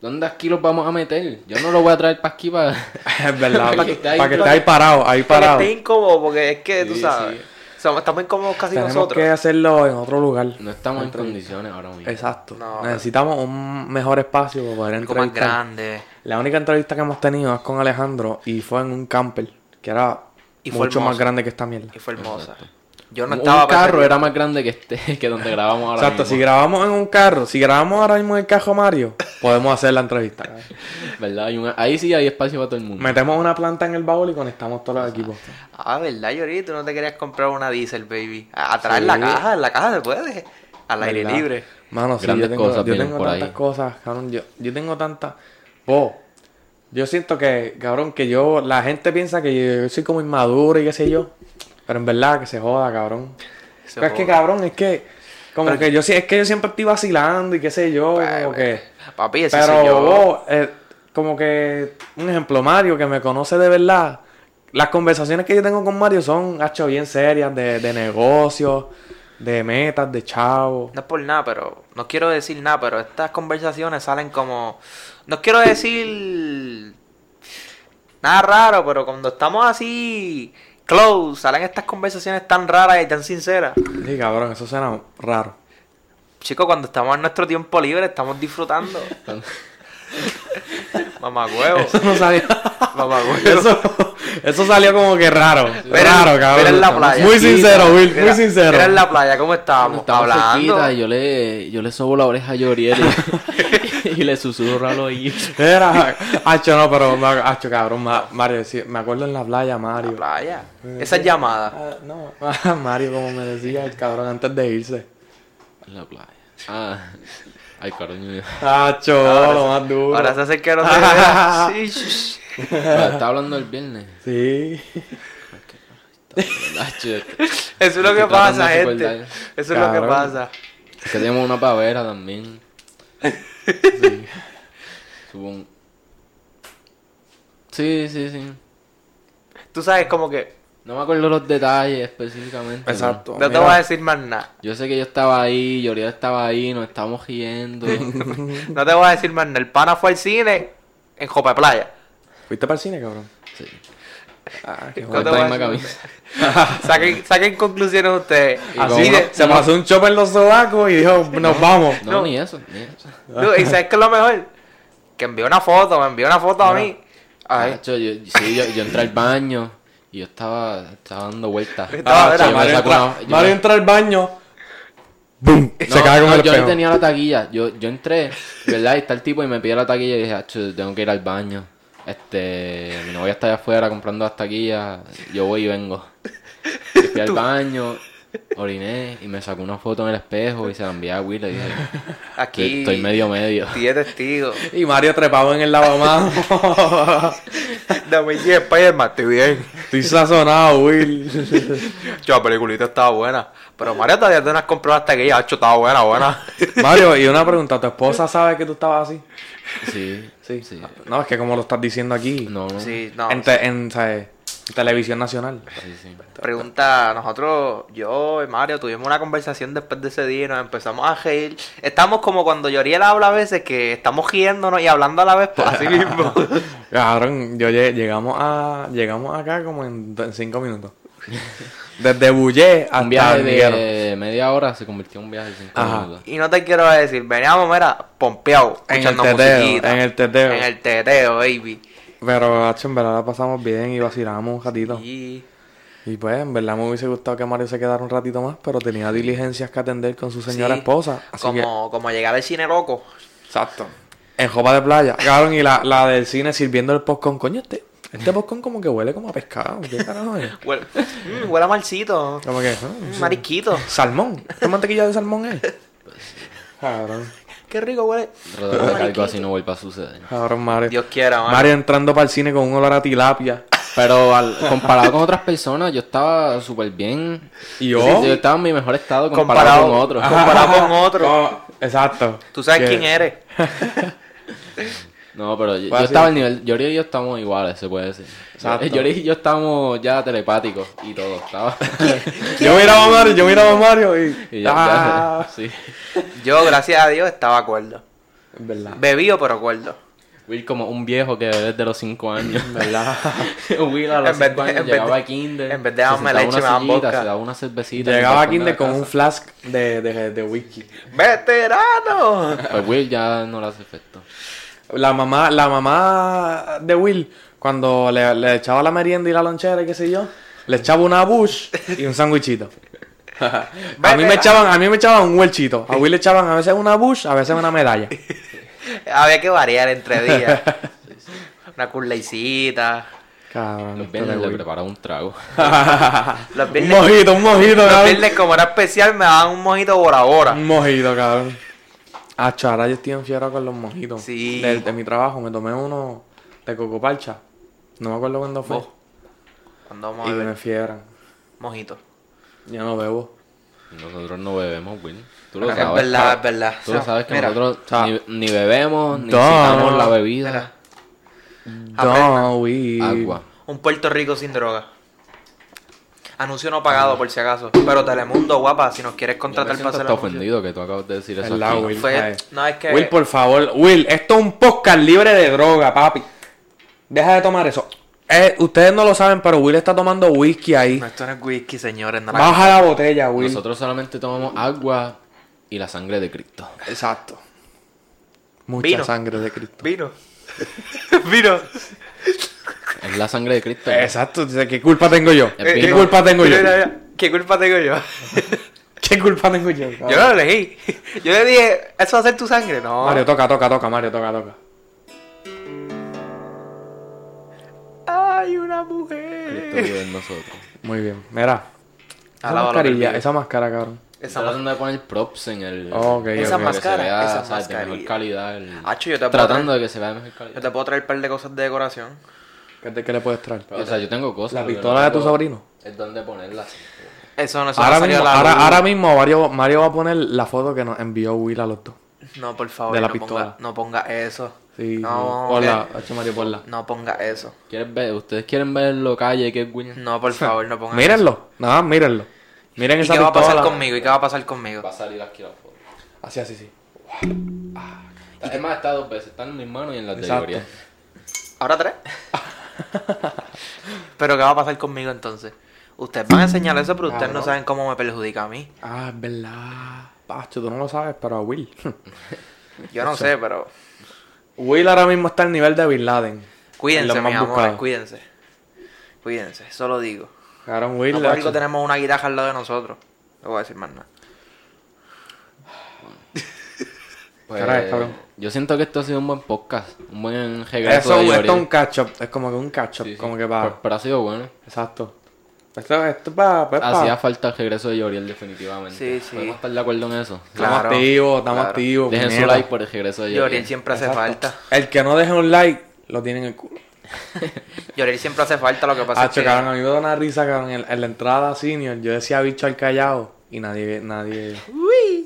S2: ¿Dónde aquí los vamos a meter? Yo no los voy a traer para aquí para...
S3: Es verdad.
S2: Pa' que esté ahí,
S3: Para que
S2: pa'
S3: esté ahí parado, ahí
S1: Porque
S3: parado.
S1: esté incómodo, porque es que tú
S2: Sí,
S1: sabes.
S2: sí.
S1: somos- estamos incómodos casi
S3: Tenemos
S1: nosotros.
S3: que hacerlo en otro lugar.
S2: No estamos en condiciones ahora mismo.
S3: Exacto.
S1: No.
S3: Necesitamos un mejor espacio para poder
S1: Algo más
S3: entrevistar.
S1: grande.
S3: La única entrevista que hemos tenido es con Alejandro y fue en un camper que era
S1: Y fue
S3: mucho más
S1: hermoso.
S3: grande que esta mierda.
S1: Y fue hermosa. Yo no
S2: Un-
S1: estaba
S2: un
S1: para
S2: carro
S1: ese-
S2: era más grande que este, que donde grabamos ahora
S3: Exacto, si
S2: mismo.
S3: grabamos en un carro, si grabamos ahora mismo en el carro Mario, podemos hacer la entrevista.
S2: ¿Verdad? Hay un- ahí sí hay espacio para todo el mundo.
S3: Metemos una planta en el baúl y conectamos todos los equipos.
S1: Ah, ¿verdad, Yori? Tú no te querías comprar una diesel, baby. A- Atrás en la
S3: Sí.
S1: caja, en la caja se puede. Al aire
S3: ¿Verdad?
S1: libre.
S3: Mano, sí,
S2: Grandes
S3: yo tengo,
S2: cosas
S3: yo
S2: vienen
S3: tengo
S2: por
S3: tantas
S2: ahí.
S3: cosas, cabrón. Yo, yo tengo tantas. Po, yo siento que, cabrón, que yo. La gente piensa que yo soy como inmaduro y qué sé yo. Pero en verdad que se joda, cabrón.
S1: Se
S3: Pero es que,
S1: joda.
S3: cabrón, es que. Como
S1: Pero-
S3: que yo sí, es que yo siempre estoy vacilando y qué sé yo.
S1: Pues,
S3: como que.
S1: Papi, ese
S3: Pero
S1: soy yo.
S3: vos, eh, como que un ejemplo, Mario, que me conoce de verdad, las conversaciones que yo tengo con Mario son, hacho, bien serias, de, de negocios, de metas, de chavo.
S1: No es por nada, pero. No quiero decir nada, pero estas conversaciones salen como. No quiero decir. Nada raro, pero cuando estamos así. Close, salen estas conversaciones tan raras y tan sinceras.
S3: Sí, cabrón, eso suena raro.
S1: Chicos, cuando estamos en nuestro tiempo libre, estamos disfrutando. Mamá huevo.
S3: Eso no salió.
S1: Mamá huevo.
S3: Eso, eso salió como que raro. raro, cabrón.
S1: Mira en la playa.
S3: Muy sincero, Will.
S1: Mira-
S3: muy sincero.
S1: Mira en la playa, ¿cómo estábamos?
S2: Estaba
S1: Hablando.
S2: cerquita y yo le, yo le sobo la oreja a Yoriel y, y le susurro a los oídos.
S3: Era, hacho, no, pero, no, hacho, cabrón, Ma- Mario, sí, me acuerdo en la playa, Mario.
S1: Playa. Esa llamada.
S3: Ah, no, Mario, como me decía el cabrón antes de irse.
S2: En la playa. Ah. Ay, cariño.
S3: Hacho, lo más duro.
S1: Ahora se acercaron de Sí, sí.
S2: Estaba hablando el viernes.
S3: Sí.
S2: Ay, chido.
S1: Eso es lo que
S2: Estoy tratando
S1: pasa,
S2: de
S1: gente.
S2: recordar.
S1: Eso es lo que
S3: Cabrón.
S1: pasa.
S2: Que tenemos una pavera también. Sí. Tuvo un- Sí, sí, sí.
S1: Tú sabes como que
S2: No me acuerdo los detalles específicamente. ¿no?
S3: Exacto.
S1: no te
S3: mira.
S1: voy a decir más nada.
S2: Yo sé que yo estaba ahí, Yoriel estaba ahí, nos estábamos riendo.
S1: No te voy a decir más nada. El pana fue al cine en Jopa Playa.
S3: ¿Fuiste para el cine, cabrón?
S2: Sí.
S3: Ah, qué
S1: No
S2: Con
S1: te
S2: esta
S1: voy a
S2: misma
S1: decir-
S2: camisa.
S1: Saquen, saquen conclusiones ustedes.
S2: con
S1: Así
S2: una-
S1: de-
S3: Se pasó un chop en los sobacos y dijo, nos vamos.
S2: No,
S1: No.
S2: ni eso, ni eso.
S1: Tú, y sabes que es lo mejor. Que envió una foto, me envió una foto
S2: Ah.
S1: a mí. Ay,
S2: Nacho, yo, sí, yo, yo entré al baño y yo estaba, estaba dando vueltas.
S1: Estaba-
S3: Ah,
S2: Nacho,
S1: era-
S2: yo me
S3: Mario,
S2: saco
S3: entra,
S2: una- yo
S3: Mario
S2: me-
S3: entra al baño. ¡Bum!
S2: No,
S3: se cae con
S2: no,
S3: el
S2: Yo
S3: espejo.
S2: no tenía la taquilla. Yo, yo entré, ¿verdad? Y está el tipo y me pide la taquilla y dije, Acho, tengo que ir al baño. Este, mi novia está allá afuera comprando las taquillas. Yo voy y vengo. Y fui al baño, oriné y me sacó una foto en el espejo y se la envié a Will y dije,
S1: aquí.
S2: estoy, estoy medio medio.
S1: Tía testigo.
S3: Y Mario trepado en el lavamano.
S1: Dame y Spider-Man, estoy bien.
S3: Estoy sazonado, Will.
S1: Yo, la peliculita estaba buena. Pero Mario todavía no has comprado hasta que ya, hecho, estaba buena, buena.
S3: Mario, y una pregunta, ¿tu esposa sabe que tú estabas así?
S2: Sí, sí, sí.
S3: No, es que como lo estás diciendo aquí.
S2: No, no. Sí,
S1: Sí, no.
S3: en, te- en, ¿sabes? en televisión nacional.
S2: sí.
S1: Pregunta, nosotros, yo y Mario tuvimos una conversación después de ese día y nos empezamos a reír. Estamos como cuando Yoriel habla a veces, que estamos riéndonos y hablando a la vez, pues así mismo.
S3: Cabrón, yo lle- llegamos a llegamos acá como en, do- en cinco minutos. Desde Bullé hasta
S2: Un viaje
S3: Hormiguero.
S2: de media hora se convirtió en un viaje de cinco
S3: Ajá.
S2: minutos.
S1: y no te quiero decir, veníamos, mira, pompeados,
S3: En el
S1: escuchando
S3: teteo,
S1: musiquita.
S3: en el teteo.
S1: En el teteo, baby.
S3: Pero, hacho, en verdad la pasamos bien y vacilamos un ratito.
S1: Y
S3: Y pues, en verdad me hubiese gustado que Mario se quedara un ratito más, pero tenía diligencias que atender con su señora
S1: Sí,
S3: esposa. Así que,
S1: como, como llegar al cine loco.
S3: exacto. En Jopa de Playa. Cabrón, y la, la del cine sirviendo el postcón. Coño, este, este postcón como que huele como a pescado. ¿Qué carajo es?
S1: Huele, mm, huele a malcito.
S3: Como que, mm,
S1: Mm, Mariquito.
S3: salmón. ¿Qué mantequilla de salmón es? Cabrón,
S1: Qué rico huele.
S2: Tratar de que algo así no vuelva a suceder.
S3: cabrón, Mario.
S1: Dios quiera, mano.
S3: Mario entrando para el cine con un olor a tilapia.
S2: Pero al- comparado con otras personas, yo estaba súper bien.
S3: ¿Y yo?
S2: Sí, sí, yo estaba en mi mejor estado comparado,
S1: Comparado,
S2: con otros.
S1: comparado con otro.
S3: Oh, exacto.
S1: Tú sabes
S3: Que-
S1: quién eres.
S2: No, pero yo, yo
S3: Fácil.
S2: estaba al nivel. Yori y yo estamos iguales, se puede decir.
S3: Exacto.
S2: Yori y yo estamos ya telepáticos y todo. Estaba.
S3: Yo miraba a Mario, yo miraba a Mario y...
S2: y ya- ya-
S3: Ah,
S2: sí.
S1: Yo, gracias a Dios, estaba acuerdo.
S3: en verdad.
S1: Bebido, pero acuerdo.
S2: Will como un viejo que bebe desde los 5 años.
S3: ¿Verdad?
S2: Will a los
S1: En vez
S2: 5
S1: de- en
S2: años
S1: vez de-
S2: llegaba a Kinder.
S1: en vez de
S2: se
S1: darme
S2: sentaba
S1: leche,
S2: una
S1: me daban
S2: sillita,
S1: vodka.
S2: Se daba una cervecita. y
S3: Llegaba
S2: se
S3: a
S2: ponía
S3: Kinder
S2: la
S3: con
S2: casa.
S3: un flask de, de, de whisky.
S1: ¡Veterano!
S2: Pues Will ya no le hace efecto.
S3: La mamá, la mamá de Will, cuando le, le echaba la merienda y la lonchera y qué sé yo, le echaba una bush y un sandwichito. A mí me echaban, a mí me echaban un huelchito. A Will le echaban a veces una bush, a veces una medalla.
S1: Había que variar entre días. Una curlecita.
S3: Cabrón.
S2: Los
S3: este
S2: viernes
S3: de
S2: le
S3: Will.
S2: preparaba un trago.
S1: Los
S3: un
S1: viernes,
S3: mojito, un mojito,
S1: los
S3: cabrón.
S1: viernes, como era especial, me daban un mojito por ahora.
S3: Un mojito, cabrón. Ah, ahora yo estoy enfierado con los mojitos.
S1: Sí.
S3: De, de mi trabajo, me tomé uno de cocopalcha. No me acuerdo cuándo fue.
S1: Vos. Cuando Oh, vamos
S3: Y
S1: a
S3: me
S1: beber
S3: fiebran.
S1: mojito.
S3: Yo no bebo.
S2: Nosotros no bebemos, Will. Tú lo
S1: Es
S2: sabes.
S1: verdad, es verdad.
S2: Tú lo sabes que
S1: Mira,
S2: nosotros
S3: sea,
S2: ni, ni bebemos, ni
S3: no,
S2: necesitamos
S3: no,
S2: la
S3: no.
S2: bebida,
S1: Mira, Ah, pues,
S3: No, Will.
S2: agua.
S1: un Puerto Rico sin droga. Anuncio no pagado, por si acaso. Pero Telemundo, guapa, si nos quieres
S2: Yo me
S1: contratar
S2: siento
S1: para hacer
S2: hasta
S1: anuncio.
S2: ofendido que tú acabas de decir eso
S3: Es la
S2: aquí.
S3: Will,
S1: Fue-
S3: ay.
S1: no, es que-
S3: Will, por favor. Will, esto es un podcast libre de droga, papi. Deja de tomar eso. Eh, ustedes no lo saben, pero Will está tomando whisky ahí.
S1: No, esto no es whisky, señores. No la-
S3: Baja la botella, Will.
S2: Nosotros solamente tomamos agua y la sangre de Cristo.
S3: Exacto. Mucha
S1: Vino.
S3: sangre de Cristo.
S1: Vino. Vino.
S2: Es la sangre de Cristo.
S3: Exacto, dice, ¿qué culpa tengo yo?
S2: El
S3: ¿Qué
S2: vino.
S3: culpa tengo yo?
S1: Eh,
S3: Ah.
S1: Mira, mira, mira. ¿Qué culpa tengo yo?
S3: ¿Qué culpa tengo yo?
S1: Yo no lo elegí. Yo le dije, eso va a ser tu sangre. No.
S3: Mario, toca, toca, toca, Mario, toca, toca.
S1: Ay, una mujer.
S2: Cristo vive en nosotros.
S3: Muy bien, mira. Esa
S1: Alaba la
S3: mascarilla,
S1: perdida.
S3: esa máscara, cabrón.
S1: Esa
S2: Esa tratando de poner props en el.
S3: Ah,
S1: Esa
S3: Ok, ok.
S2: para que se
S1: máscara,
S2: vea,
S1: esa
S2: o sea, de mejor
S1: mascarilla.
S2: calidad. el-
S3: Ah,
S1: Hacho, yo te puedo
S2: Tratando de que se vea de mejor
S1: Yo
S2: calidad.
S1: te puedo traer un par de cosas de decoración.
S3: ¿Qué, te- qué le puedes traer?
S2: O sea, yo tengo cosas.
S3: La
S2: pero
S3: pistola
S2: no
S3: de tu
S2: tengo-
S3: sobrino.
S2: Es donde ponerla.
S1: Eso no eso
S3: Ahora
S1: no salió
S3: mismo,
S1: a la
S3: ahora,
S1: luz.
S3: ahora mismo Mario, Mario va a poner la foto que nos envió Will a los dos.
S1: No, por favor,
S3: de la
S1: no,
S3: pistola.
S1: Ponga, no ponga eso.
S3: Sí,
S1: no,
S3: sí. Ponla,
S1: ok.
S3: H. Mario, ponla.
S1: No ponga eso.
S2: ¿Quieres ver? ¿Ustedes quieren ver lo calle que es William?
S1: No, por favor, no ponga eso.
S3: Mírenlo, nada, más mírenlo. Miren
S1: ¿Y
S3: esa
S1: qué va a pasar
S3: pistola.
S1: conmigo? ¿Y qué va a pasar conmigo?
S2: Va a salir aquí la foto.
S3: Así, así, sí.
S2: Está- Es más, está dos veces. Está en mis manos y en las de
S3: Exacto.
S2: Gloria.
S1: ¿Ahora tres? ¿Pero qué va a pasar conmigo entonces? Ustedes van a enseñar eso, pero ustedes no
S3: Cabrón.
S1: saben cómo me perjudica a mí.
S3: Ah, es verdad. Pacho, tú no lo sabes, pero a Will.
S1: Yo no sé, pero...
S3: Will ahora mismo está al nivel de Bin Laden.
S1: Cuídense,
S3: Los más
S1: mis amores,
S3: buscados.
S1: cuídense. Cuídense, eso lo digo.
S3: Cabrón, Will.
S1: No por
S3: hacho.
S1: algo tenemos una guitarra al lado de nosotros. No voy a decir más nada.
S2: Pues,
S3: Caray, cabrón.
S2: yo siento que esto ha sido un buen podcast. Un buen regreso
S3: Eso,
S2: de
S3: esto es
S2: Gloria.
S3: un catch-up. Es como que un catch-up.
S2: Sí, sí.
S3: Como que para.
S2: Pero-
S1: Pues.
S2: Pero ha sido bueno.
S3: Exacto. Esto, esto es pues, para.
S2: Hacía falta el regreso de Yoriel definitivamente.
S1: Sí, sí.
S2: Podemos estar de acuerdo en eso.
S3: Estamos
S1: Claro,
S3: activos, estamos
S1: claro.
S3: activos.
S2: Dejen su
S3: puñeta.
S2: like por el regreso de
S1: Llorel
S2: Yoriel.
S1: siempre hace
S3: Exacto.
S1: falta.
S3: El que no deje un like, lo tiene en el culo.
S1: Llorel siempre hace falta, lo que pasa
S3: Hacho,
S1: Pues es que...
S3: cabrón, a mí me da una risa, cabrón. En, en la entrada senior, yo decía bicho al callao y nadie. Nadie.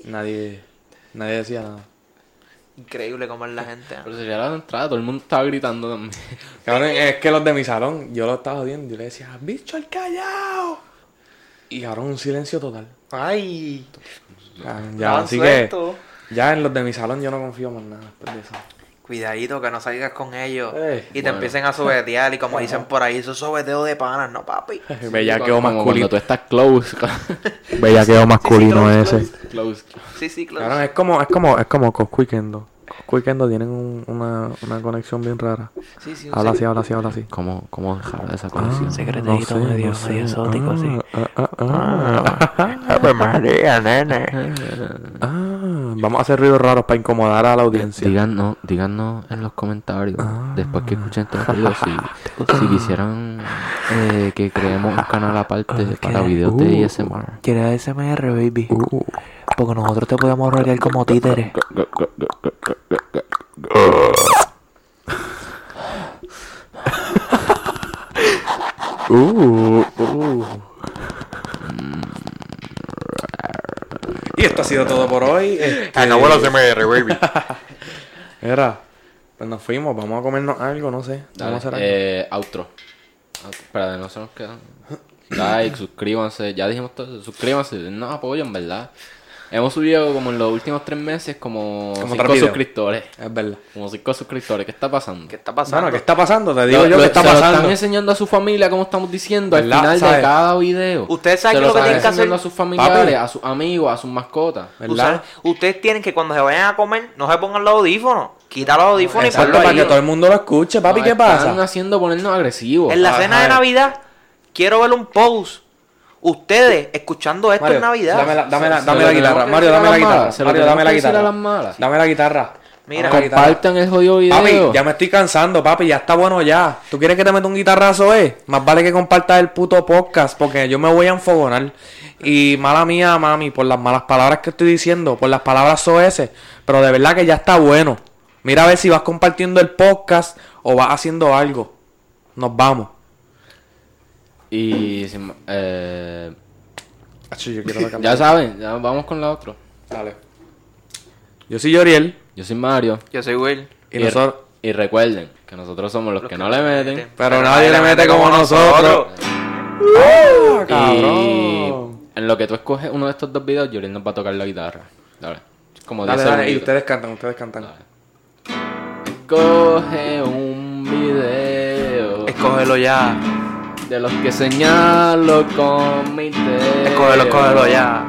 S3: Nadie. Nadie decía nada.
S1: Increíble cómo es la gente. ¿eh?
S2: Pero sería la entrada, todo el mundo estaba gritando también.
S3: Cabrón, es que los de mi salón, yo lo estaba viendo yo le decía, bicho al callao. Y cabrón, un silencio total.
S1: Ay,
S3: Cabrón,
S1: tan
S3: ya, así que.
S1: suelto.
S3: Ya en los de mi salón yo no confío más nada después de eso.
S1: Cuidadito que no salgas con ellos
S3: Eh,
S1: y te
S2: bueno.
S1: empiecen a sobetear y como dicen por ahí, eso es sobeteo de panas, no papi.
S3: Bellaqueo
S2: Como Cuando
S3: masculino.
S2: tú estás close.
S3: Bellaqueo masculino
S1: close,
S3: ese.
S1: close.
S2: close.
S1: Sí, sí, claro.
S3: Cabrón, es como, es como, es como Coscu y Kendo. Coscu y Kendo tienen un- una, una conexión bien rara.
S1: Sí, sí,
S3: eh. Habla así, habla así, habla así.
S2: ¿Cómo, cómo dejar esa conexión?
S3: Secretito medio, medio exótico así. Ah, ah, ah, ah. Vamos a hacer ruidos raros para incomodar a la audiencia.
S2: Díganos, díganos en los comentarios, después que escuchen estos videos, si, si quisieran eh, que creemos un canal aparte para videos de ASMR.
S1: Quiere SMR, baby.
S3: Uh,
S1: Porque nosotros te podemos rodear como títeres.
S3: uh, uh. Y esto ha sido todo por hoy. Este,
S4: Acabó la CMR, baby.
S3: Era, pues nos fuimos, vamos a comernos algo, no sé. Vamos a hacer algo.
S2: eh, outro. Outro. Ah, Espera, no se nos quedan. Like, suscríbanse, ya dijimos todo, eso, suscríbanse, no apoyan, ¿verdad? Hemos subido como en los últimos tres meses como,
S3: Como tres
S2: cinco
S3: videos.
S2: suscriptores.
S3: Es verdad.
S2: Como cinco suscriptores, ¿qué está pasando?
S1: ¿Qué está pasando?
S3: Bueno, ¿qué está pasando? Te digo
S2: Lo-
S3: yo
S2: lo-
S3: que está
S2: se lo
S3: pasando.
S2: están enseñando a su familia, como estamos diciendo, al
S3: ¿Verdad?
S2: final de
S3: ¿Sabes?
S2: cada video.
S1: Ustedes saben
S2: Se
S1: que lo que
S2: están
S1: tienen que hacer-
S2: enseñando a sus familiares,
S3: Papi.
S2: a sus amigos, a sus mascotas.
S3: ¿Verdad?
S1: Ustedes- Ustedes tienen que cuando se vayan a comer, no se pongan los audífonos. Quita los audífonos y
S3: Exacto,
S1: ponlo
S3: para
S1: ahí.
S3: que todo el mundo lo escuche, papi,
S2: Nos
S3: ¿qué
S2: Están
S3: pasa? Ah.
S2: haciendo ponernos agresivos.
S1: En la
S3: Ajá.
S1: cena de Navidad, quiero ver un post. Ustedes escuchando esto
S3: Mario,
S1: en Navidad.
S3: Dame la, dame la,
S2: Se-
S3: dame
S2: se
S3: la
S2: lo tenemos
S3: guitarra,
S2: que decir
S3: Mario,
S2: a
S3: dame la
S2: las
S3: guitarra.
S2: malas, se lo
S3: Mario,
S2: tenemos
S3: dame la
S2: que decir a
S3: guitarra.
S2: las malas.
S3: Dame la guitarra.
S1: Mira,
S3: Dame la guitarra.
S2: Compartan el jodido video.
S3: Papi, ya me estoy cansando, papi, ya está bueno ya. ¿Tú quieres que te meta un guitarrazo, eh? Más vale que compartas el puto podcast porque yo me voy a enfogonar. Y mala mía, mami, por las malas palabras que estoy diciendo, por las palabras soeces. Pero de verdad que ya está bueno. Mira a ver si vas compartiendo el podcast o vas haciendo algo. Nos vamos.
S2: Y sin ma- eh,
S3: Acho, yo quiero la
S2: ya
S3: camisa.
S2: saben, ya vamos con la otra.
S3: Dale. Yo soy Yoriel.
S2: Yo soy Mario.
S1: Yo soy Will.
S3: Y nosotros-
S2: y recuerden que nosotros somos los, que, no le meten.
S3: Pero nadie le mete como nosotros. Ah, cabrón.
S2: Y en lo que tú escoges uno de estos dos videos, Yuri nos va a tocar la guitarra. Dale. Como
S3: Dale,
S2: 10
S3: dale, y
S2: segunditos.
S3: ustedes cantan, ustedes cantan.
S2: Escoge un video
S1: Escógelo ya.
S2: de los que señalo con mi dedo.
S1: Escógelo, escógelo ya.